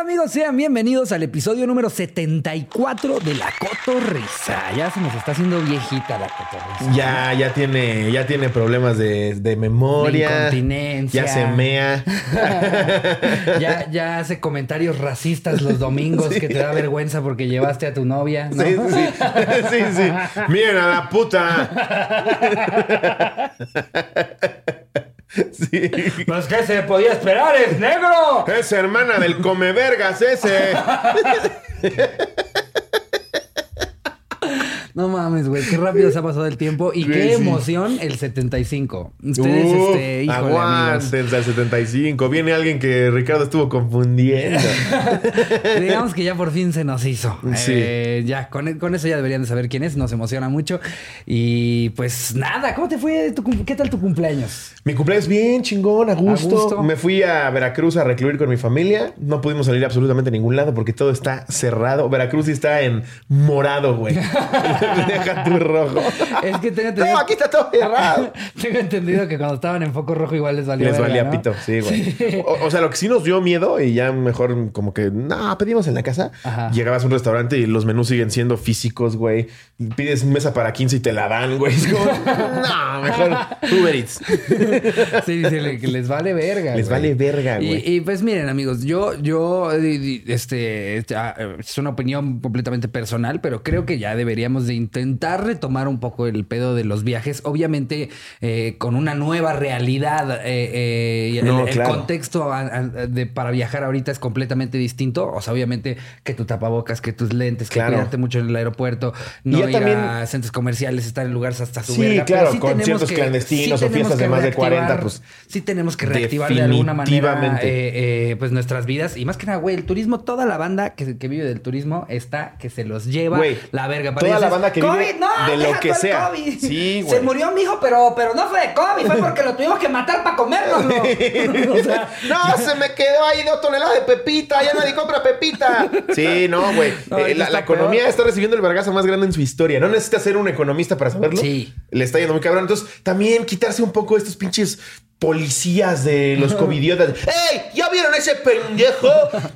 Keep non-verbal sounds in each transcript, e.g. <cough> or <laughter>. amigos? Sean bienvenidos al episodio número 74 de La Cotorrisa. Ya se nos está haciendo viejita la cotorrisa. Ya, ya tiene, ya tiene problemas de, de memoria. De incontinencia. Ya se mea. ya, ya hace comentarios racistas los <laughs> domingos que te da vergüenza porque llevaste a tu novia. ¿no? Sí, sí, sí. <laughs> sí, sí. Miren a la puta. Sí. Pues que se podía esperar, es negro. Es hermana del come vergas ese. No mames, güey, qué rápido se ha pasado el tiempo y Sí, qué sí. emoción el 75. Ustedes, Uf, este, híjole, amigos. aguántense al 75. Viene alguien que Ricardo estuvo confundiendo. <laughs> Digamos que ya por fin se nos hizo. Sí. Eh, ya, con, con eso ya deberían de saber quién es, nos emociona mucho. Y pues nada, ¿cómo te fue? tu cum- ¿Qué tal tu cumpleaños? Mi cumpleaños bien, chingón, a gusto. A gusto. Me fui a Veracruz a recluir con mi familia. No pudimos salir absolutamente a ningún lado porque todo está cerrado. Veracruz sí está en <laughs> morado, güey. <laughs> Deja tu rojo. Es que tengo No, entendido, aquí está todo cerrado. <laughs> tengo entendido que cuando estaban en foco rojo igual les valía Les valía pito, sí, güey. O, o sea, lo que sí nos dio miedo y ya mejor como que, no, pedimos en la casa. Ajá. Llegabas a un restaurante y los menús siguen siendo físicos, güey. Y Pides mesa para 15 y te la dan, güey. Es como, <laughs> no, mejor Uber Eats. <laughs> Sí, sí, le- que les vale verga. Les güey. vale verga, Y- güey. Y, pues miren, amigos, yo, yo, di- di- este, este, ah, eh, es una opinión completamente personal, pero creo que ya deberíamos de intentar retomar un poco el pedo de los viajes, obviamente eh, con una nueva realidad. eh, eh, y el, No, el claro. contexto a- a- de, para viajar ahorita es completamente distinto. O sea, obviamente que tu tapabocas, que tus lentes, que Claro. cuidarte mucho en el aeropuerto, Y no ya ir también- a centros comerciales, estar en lugares hasta su Sí, verga, pero claro, tenemos conciertos que- clandestinos o tenemos fiestas de que más de 40, reactivar- pues, sí tenemos que reactivar de alguna manera Definitivamente. eh, eh, pues nuestras vidas. Y más que nada, güey, el turismo, toda la banda que, que vive del turismo está que se los lleva Güey, la verga. toda la banda que "COVID, vive no, de lo deja que tú el sea". COVID". Sí, Se güey. murió mi hijo, pero, pero no fue de COVID, <laughs> fue porque lo tuvimos que matar para comérnoslo. O sea, No, se me quedó ahí dos toneladas de pepita. Ya nadie compra pepita. <laughs> Sí, no, güey. <laughs> No, Eh, eso la está la economía está recibiendo el vergazo más grande en su historia. No necesita ser un economista para saberlo. Sí. Le está yendo muy cabrón. Entonces, también quitarse un poco estos pinches policías de <laughs> los covidiotas. ¡Ey! ¿Ya vieron ese pendejo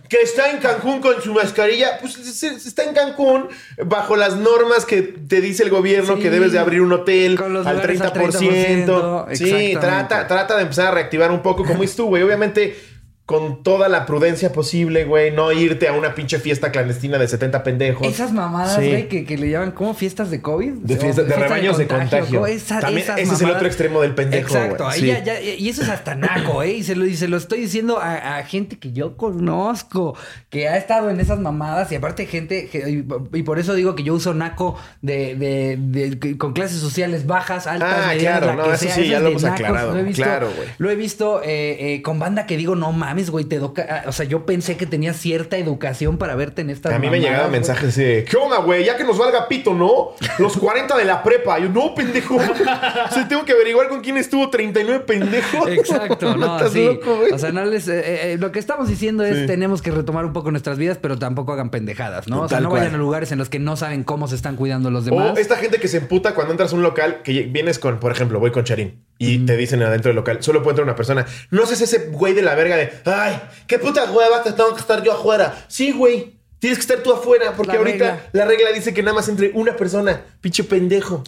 que está en Cancún con su mascarilla? Pues se- se- está en Cancún bajo las normas que te dice el gobierno Sí. que debes de abrir un hotel Con al los 30%. lugares al 30%, sí, exactamente. trata, trata de empezar a reactivar un poco como es tú, güey. Obviamente, con toda la prudencia posible, güey. No irte a una pinche fiesta clandestina de 70 pendejos. Esas mamadas, Sí. güey, que, que le llaman como fiestas de COVID. De, O fiesta- de rebaños de contagio. ¿no? Esa- También esas ese es el mamadas. otro extremo del pendejo, güey. Exacto. ahí Sí. ya- ya- y eso es hasta naco, ¿eh? Y se lo, y se lo estoy diciendo a, a gente que yo conozco, que ha estado en esas mamadas y aparte gente, que- y, y por eso digo que yo uso naco de, de- de- con clases sociales bajas, altas, Ah, medianas, claro, la no, que eso sea. sí, ya es lo de hemos nacos. aclarado, Lo he visto, claro, güey. Lo he visto eh, eh, con banda que digo, no mames, güey, te educa... O sea, yo pensé que tenía cierta educación para verte en estas A mí me mamadas, llegaban güey. mensajes así de, ¿qué onda, güey? Ya que nos valga pito, ¿no? Los 40 de la prepa. Yo, no, pendejo. <laughs> O sea, tengo que averiguar con quién estuvo 39 pendejo. <laughs> Exacto, no, estás sí. loco, güey. o sea, no les, eh, eh, lo que estamos diciendo es tenemos que retomar un poco nuestras vidas, pero tampoco hagan pendejadas, ¿no? o sea, Tal no vayan cual. Oh, este a lugares en los que no saben cómo se están cuidando los O demás. esta gente que se emputa cuando entras a un local que vienes con, por ejemplo, voy con Charín y te dicen adentro del local, solo puede entrar una persona. No seas ese güey de la verga de, ay, qué puta hueva que tengo que estar yo afuera. Sí, güey. Tienes que estar tú afuera porque La ahorita regla. la regla dice que nada más entre una persona. <laughs> Pinche pendejo.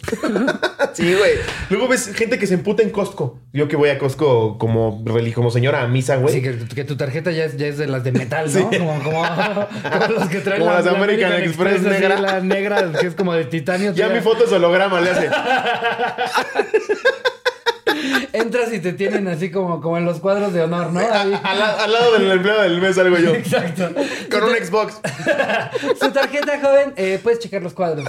sí, güey. Luego ves gente que se emputa en Costco. Yo que voy a Costco como, relig- como señora a misa, güey. Sí, que, que tu tarjeta ya es, ya es de las de metal, ¿no? Sí. Como, como- <laughs> como los que traen Como las de American Express así, negra. la negra, que es como de titanio. ya tía. mi foto es holograma, le hace. <laughs> Entras y te tienen así como, como en los cuadros de honor, <laughs> ¿no? A- Ahí. al, al lado del empleado del mes <laughs> salgo yo. Exacto. Con un Xbox. Su tarjeta, joven, eh, puedes checar los cuadros.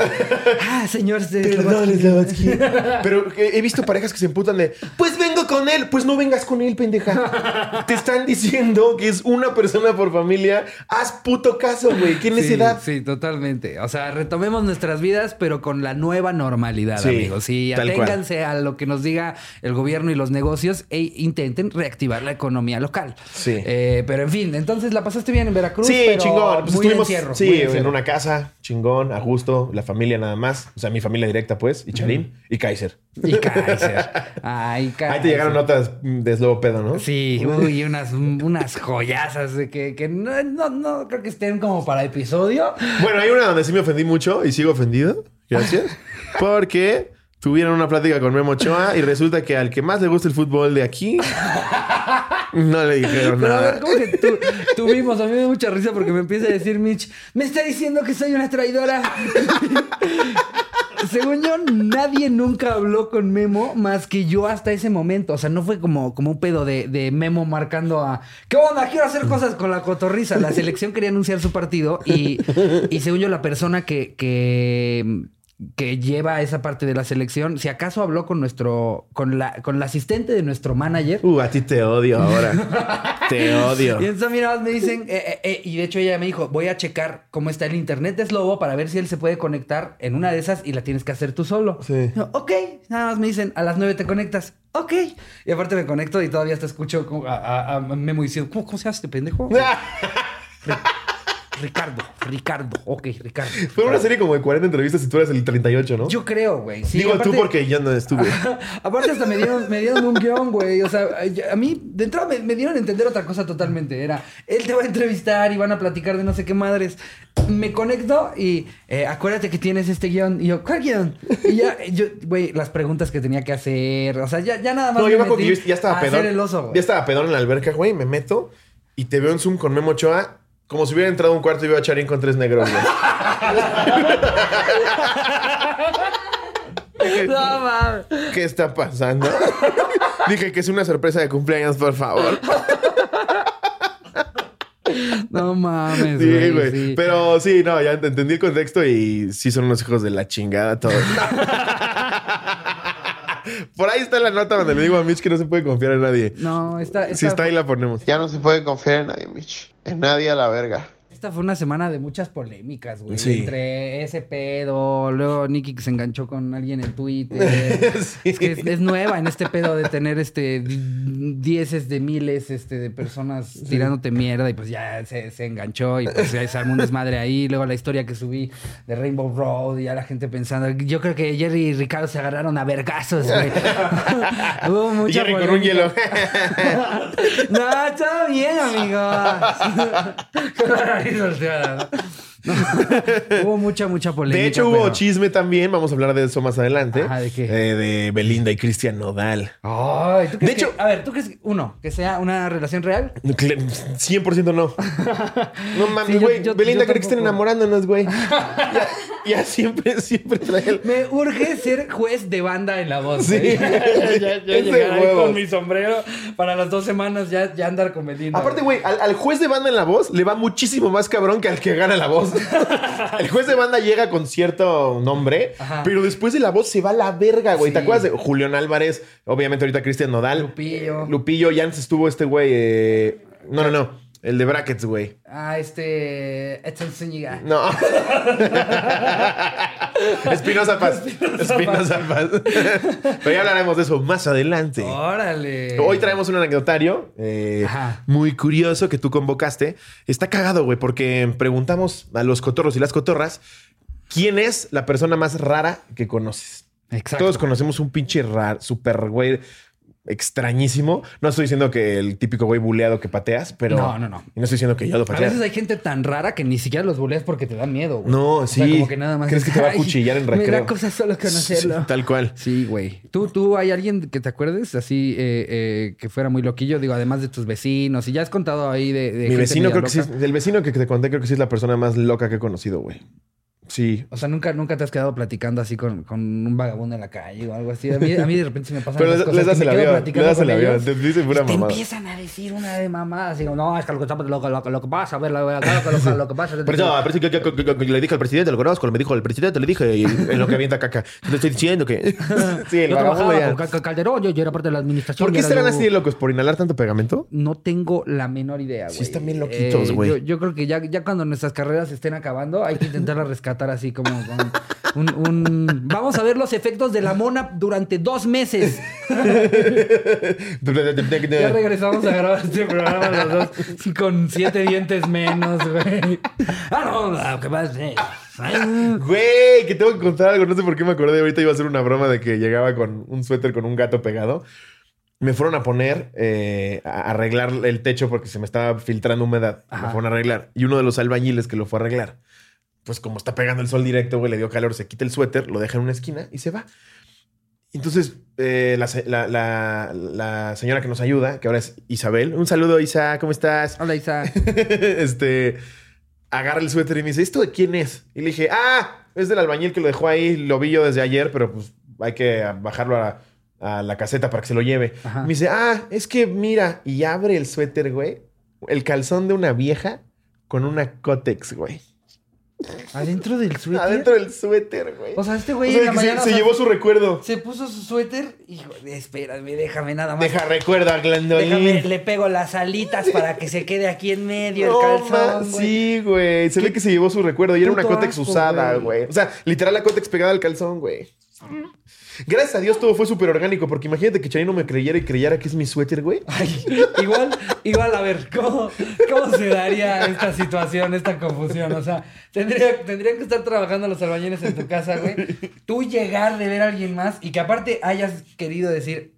Ah, señor. se- Perdón, Slavatsky. <laughs> Pero eh, he visto parejas que se emputan de, pues vengo con él, pues no vengas con él, <laughs> pendeja. Te están diciendo que es una persona por familia. Haz puto caso, güey. ¿Qué Sí, necesidad? Sí, totalmente. O sea, retomemos nuestras vidas, pero con la nueva normalidad, Sí, amigos. Y tal cual. aténganse a lo que nos diga el gobierno y los negocios e intenten reactivar la economía local. Sí. Eh, pero en fin, entonces la pasaste bien en Veracruz. Sí, pero chingón. Pues muy estuvimos encierro, sí, muy en encierro. una casa, chingón, a gusto, la familia nada más. O sea, mi familia directa, pues, y Charín y Kaiser. Y Kaiser. Ay, Kaiser. <laughs> Ahí te llegaron notas mm, de Slobo Pedo, ¿no? Sí, uy, unas, unas joyazas de que, que no, no, no creo que estén como para episodio. Bueno, hay una donde sí me ofendí mucho y sigo ofendido. Gracias. Porque tuvieron una plática con Memo Ochoa y resulta que al que más le gusta el fútbol de aquí, no le dijeron Pero a ver, nada. ¿cómo que tú- tuvimos? A mí me da mucha risa porque me empieza a decir Mitch, me está diciendo que soy una traidora. <laughs> Según yo, nadie nunca habló con Memo más que yo hasta ese momento. O sea, no fue como, como un pedo de, de Memo marcando a ¿Qué onda? Quiero hacer cosas con la cotorriza. La selección quería anunciar su partido y, y según yo, la persona que, que, que lleva esa parte de la selección, si acaso habló con nuestro, con la, con la asistente de nuestro manager, Uh, a ti te odio ahora. Te <laughs> odio. y entonces, mira, me dicen, eh, eh, eh, y de hecho ella me dijo, voy a checar cómo está el internet de Slobo para ver si él se puede conectar en una de esas y la tienes que hacer tú solo. Sí. Yo, ok, nada más me dicen, a las nueve te conectas. Ok. Y aparte me conecto y todavía te escucho como a, a- a Memo diciendo, ¿cómo, cómo se llama este pendejo? <laughs> Ah, Ri- Ricardo, Ricardo, ok, Ricardo. Fue una serie como de 40 entrevistas y tú eras el 38, ¿no? Yo creo, güey. Sí, Digo tú aparte- porque yo no estuve. <laughs> Aparte hasta me dieron, me dieron un guión, güey. O sea, yo- a mí de entrada me, me dieron a entender otra cosa totalmente. Era, él te va a entrevistar y van a platicar de no sé qué madres. Me conecto y eh, acuérdate que tienes este guión. Y yo, ¿cuál guión? Y ya, eh, yo, güey, las preguntas que tenía que hacer. O sea, ya, ya nada más No, me yo me acuerdo metí que yo ya estaba a pedón. hacer el oso, güey. ya estaba pedón en la alberca, güey. Me meto y te veo en Zoom con Memo Ochoa. Como si hubiera entrado a un cuarto y veo a Charín con tres <laughs> negros, güey. <laughs> No, mames. ¿Qué está pasando? <laughs> Dije que es una sorpresa de cumpleaños, por favor. No mames, güey. Sí, güey. sí. Pero sí, no, ya ent- entendí el contexto y sí son unos hijos de la chingada <laughs> todos. por ahí está la nota donde le digo a Mitch que no se puede confiar en nadie. No, esta, Si esta, está ahí la ponemos. Ya no se puede confiar en nadie, Mitch. En nadie a la verga. esta fue una semana de muchas polémicas, güey. Sí. Entre ese pedo, luego Nicky que se enganchó con alguien en Twitter. <laughs> Sí. Es que es, es nueva en este pedo de tener este dieces de miles este, de personas tirándote mierda y pues ya se, se enganchó y pues ya se armó un desmadre ahí. Luego la historia que subí de Rainbow Road y ya la gente pensando, yo creo que Jerry y Ricardo se agarraron a vergazos, <laughs> güey. Hubo Y mucha Jerry con un polémica. hielo. <laughs> No, está bien, amigos. <laughs> Con la nariz volteada, ¿no? No. <laughs> Hubo mucha, mucha polémica. De hecho, hubo pero- chisme también. Vamos a hablar de eso más adelante. Ajá, ¿de qué? Eh, de Belinda y Cristian Nodal. Ay, ¿tú crees De hecho- que- a ver, ¿tú crees, que- uno, que sea una relación real? Cle- <laughs> 100% no. No Sí, mames, yo- güey. yo- Belinda yo cree que estén tampoco. <laughs> enamorándonos, güey. Ya, ya siempre, siempre trae el... Me urge ser juez de banda en la voz. Sí. ¿eh? <laughs> ya ya- ya Es de llegar ahí huevos. con mi sombrero para las dos semanas ya, ya andar con Belinda. Aparte, güey, al, al juez de banda en la voz le va muchísimo más cabrón que al que gana la <laughs> voz. el juez de banda llega con cierto nombre, Ajá. pero después de la voz se va a la verga, güey. ¿Te Sí. acuerdas de Julián Álvarez? Obviamente ahorita Cristian Nodal. Lupillo. Eh, Lupillo. Y antes estuvo este güey... eh, No, no, no. El de brackets, güey. Ah, este. Edson Zúñiga. No. Espinosa Paz. Espinosa Paz. Pero ya hablaremos de eso más adelante. Órale. Hoy traemos un anecdotario eh, Ajá. muy curioso que tú convocaste. Está cagado, güey, porque preguntamos a los cotorros y las cotorras quién es la persona más rara que conoces. Exacto. Todos conocemos un pinche raro, super güey extrañísimo. No estoy diciendo que el típico güey buleado que pateas, pero... No, no, no. Y no estoy diciendo que yo lo A pateas. veces hay gente tan rara que ni siquiera los buleas porque te da miedo, güey. No, O sea, sí. como que nada más. ¿Crees que te va a <laughs> Ay, cuchillar en Me recreo? da cosa solo conocerlo. Sí, tal cual. Sí, güey. ¿Tú, ¿Tú hay alguien que te acuerdes así eh, eh, que fuera muy loquillo? Digo, además de tus vecinos. Y ya has contado ahí de... de Mi gente vecino media creo que sí, loca. es- el vecino que te conté creo que sí es la persona más loca que he conocido, güey. Sí. O sea, nunca, nunca te has quedado platicando así con, con un vagabundo en la calle o algo así. A mí, a mí de repente se me pasan Pero esas les, cosas les das que el me quedo avión, les platicando das con el avión, ellos te dicen y pura te mamada. empiezan a decir una de mamadas. Digo, no, es que lo que está lo, lo, lo que pasa, a ver, lo, lo- lo- lo- lo que pasa. <laughs> Por eso, ah, por eso que, que- que- que le dije al presidente, lo conozco, le dijo el presidente, le dije, y en lo que avienta caca. Le estoy <laughs> diciendo que. sí, el yo vagabundo trabajaba ya. con Cal- Cal- Calderón, yo, yo era parte de la administración. ¿Por qué yo era estarán yo- así de locos? ¿Por inhalar <laughs> tanto pegamento? <laughs> No tengo la menor idea, güey. Eh, Sí, están bien loquitos, güey. yo, yo creo que ya, ya cuando nuestras carreras estén acabando, hay que intentar tratar así como con un, un- Vamos a ver los efectos de la mona durante dos meses. Ya regresamos a grabar este programa los dos con siete dientes menos, güey. Ah, no, no, ¿qué Ah. pasa? Ay, Güey, que tengo que contar algo. No sé por qué me acordé. Ahorita iba a hacer una broma de que llegaba con un suéter con un gato pegado. Me fueron a poner eh, a arreglar el techo porque se me estaba filtrando humedad. Ajá. Me fueron a arreglar. Y uno de los albañiles que lo fue a arreglar, pues como está pegando el sol directo, güey, le dio calor, se quita el suéter, lo deja en una esquina y se va. Entonces, eh, la, se- la- la- la señora que nos ayuda, que ahora es Isabel. Un saludo, Isa, ¿cómo estás? Hola, Isaac. <laughs> este, agarra el suéter y me dice, ¿esto de quién es? Y le dije, ah, es del albañil que lo dejó ahí, lo vi yo desde ayer, pero pues hay que bajarlo a, a la caseta para que se lo lleve. Ajá. Me dice, ah, es que mira, y abre el suéter, güey, el calzón de una vieja con una cótex, güey. Adentro del suéter. Adentro del suéter, güey. O sea, este O güey sea, en la que se- mañana, se, o sea, llevó su recuerdo. se puso su suéter. Hijo, espérame, déjame nada más. Deja recuerdo a Glendolin. Déjame, le pego las alitas para que se quede aquí en medio No, el ma- calzón, güey. Sí, güey. Se ve que se llevó su recuerdo y era una puto cótex asco, usada, güey. güey. O sea, literal la cótex pegada al calzón, güey. Gracias a Dios todo fue súper orgánico, porque imagínate que Charino me creyera y creyera que es mi suéter, güey. Ay, igual, igual, a ver, ¿cómo, ¿cómo se daría esta situación, esta confusión? O sea, tendría, tendrían que estar trabajando los albañiles en tu casa, güey. Tú llegar de ver a alguien más y que aparte hayas querido decir,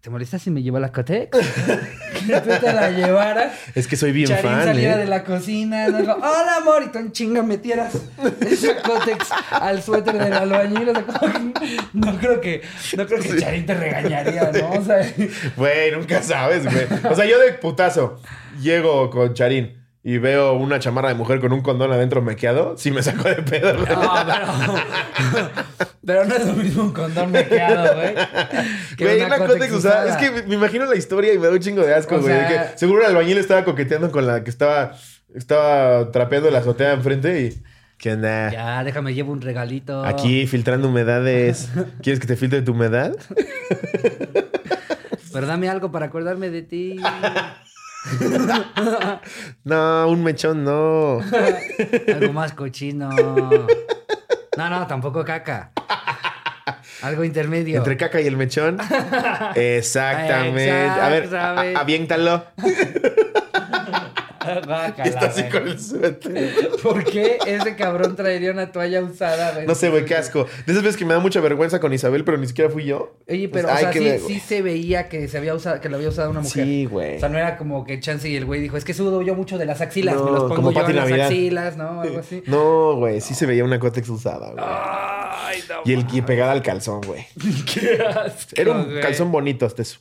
¿te molesta si me llevo la cotex? <laughs> que tú te la llevaras. Es que soy bien Charín fan, saliera ¿eh? de la cocina, nos dijo, hola amor, y tú en chinga metieras ese cótex al suéter del albañil. o sea, como que no creo que, no creo que Charín te regañaría, ¿no? O <laughs> sea, Güey, nunca sabes, güey. O sea, yo de putazo llego con Charín y veo una chamarra de mujer con un condón adentro mequeado, sí me saco de pedo, güey. no, pero, pero no es lo mismo un condón mequeado, güey. que Güey, una cótex usada. Es usada. que me- me imagino la historia y me da un chingo de asco, O güey. de sea- que seguro el albañil estaba coqueteando con la que estaba, estaba trapeando la azotea enfrente y. ¿Qué onda? Ya, déjame, llevo un regalito. Aquí filtrando <laughs> humedades. ¿Quieres que te filtre tu humedad? Pero dame algo para acordarme de <laughs> ti. No, un mechón no. Algo más cochino. No, no, tampoco caca. Algo intermedio. Entre caca y <laughs> el mechón. Exactamente. A ver, a- Exactamente. a- aviéntalo. <laughs> Guácala, Y está así güey. con el suéter. ¿Por qué ese cabrón traería una toalla usada, güey? No sé, güey, qué asco. De esas veces que me da mucha vergüenza con Isabel, pero ni siquiera fui yo. Pues, Oye, pero Ay, o sea, qué sí, vergüenza. sí se veía que se había usado, que lo había usado una mujer. Sí, güey. O sea, no era como que chance y el güey dijo, es que sudo yo mucho de las axilas, No, me los pongo como yo Pati en las Navidad. axilas, ¿no? Algo <laughs> así. No, güey, sí se veía una cótex usada, güey. Ay, no. Y, el, y pegada al calzón, güey. Qué asco, Era un güey. calzón bonito hasta eso.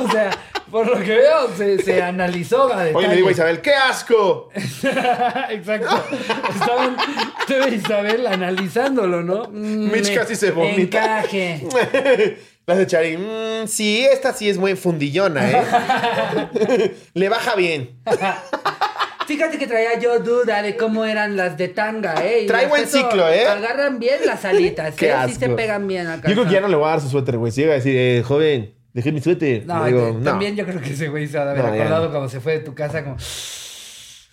O sea, por lo que veo, se, se analizó a Oye, detalle. le digo a Isabel, ¡qué asco! <laughs> Exacto. Estaban estaba Isabel analizándolo, ¿no? Mm, Mitch me- casi se vomita. Encaje. <laughs> Las de Charín, "Mm, sí, esta sí es muy fundillona, ¿eh? <laughs> le baja bien. <laughs> Fíjate que traía yo duda de cómo eran las de tanga, ¿eh? Y Trae las buen eso, ciclo, ¿eh? Agarran bien <laughs> las alitas, Qué ¿eh? asco. Sí se pegan bien acá. Yo creo que ya no le voy a dar su suéter, güey. Si llega a decir, eh, joven, dejé mi suéter. No, Le digo, te- también yo creo que ese güey se ha de haber No, ya acordado no. cuando se fue de tu casa como...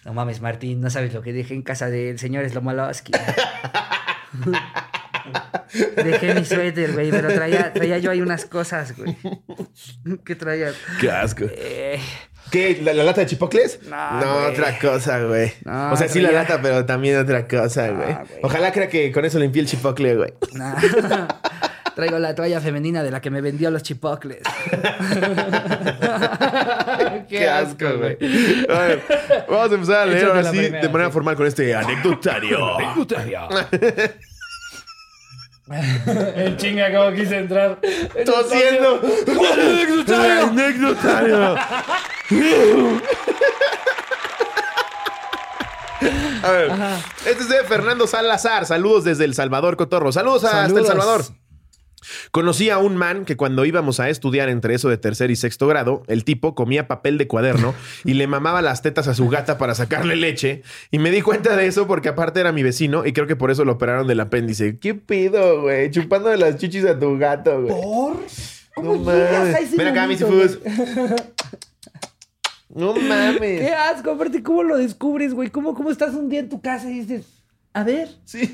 No mames, Martín, no sabes lo que dejé en casa del señor Slomolowski. <laughs> dejé mi suéter, güey, pero traía, traía yo ahí unas cosas, güey. <laughs> ¿Qué traía? Qué asco. Eh, ¿Qué? ¿La, la lata de chipocles? No, güey. otra cosa, güey. No, o sea, sí la traía- lata, pero también otra cosa, güey. güey. Ojalá crea que con eso limpié el <laughs> chipocle, güey. nah. Traigo la toalla femenina de la que me vendió los <laughs> chipocles. Qué, asco, güey. A ver, vamos a empezar a leer Échate ahora la sí primera, de manera sí. formal con este <laughs> anecdotario. El chinga como quise entrar. Tosiendo. ¡Anecdotario! Anecdotario. A ver, este es de Fernando Salazar. Saludos desde El Salvador, Cotorro. Saludos, hasta El Saludos. Salvador. Conocí a un man que cuando íbamos a estudiar entre eso de tercer y sexto grado, el tipo comía papel de cuaderno y le mamaba las tetas a su gata para sacarle leche. Y me di cuenta de eso porque aparte era mi vecino y creo que por eso lo operaron del apéndice. ¿Qué pido, güey? Chupando de las chichis a tu gato, güey. ¿Por? No ¿Cómo llegas a mames. ese Ven acá, mis momento, Fus. güey? No Qué mames. asco, aparte, ¿cómo lo descubres, güey? ¿Cómo, ¿Cómo estás un día en tu casa y dices, A ver. Sí.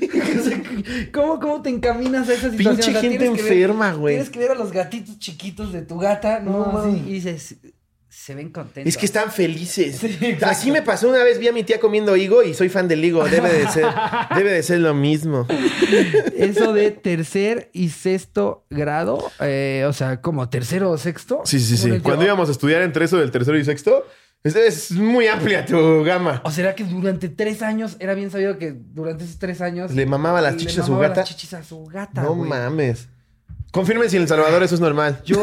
<laughs> ¿Cómo, ¿Cómo te encaminas a esa situación? Pinche gente tienes que ver- enferma, güey. Tienes que ver a los gatitos chiquitos de tu gata, ¿no? No, Así, mames. y dices, se ven contentos. Es que están felices. Sí, exacto. Así me pasó una vez, vi a mi tía comiendo higo y soy fan del higo. Debe de ser, debe de ser lo mismo. Eso de tercer y sexto grado, eh, o sea, como tercero o sexto. Sí, sí, Bueno, sí. pues, yo- Cuando íbamos a estudiar entre eso del tercero y sexto, es, es muy amplia tu gama. ¿O será que durante tres años, era bien sabido que durante esos tres años... Le mamaba las chichis a su mamaba gata. las chichis a su gata, No güey. mames. Confirmen si en El Salvador eso es normal. Yo,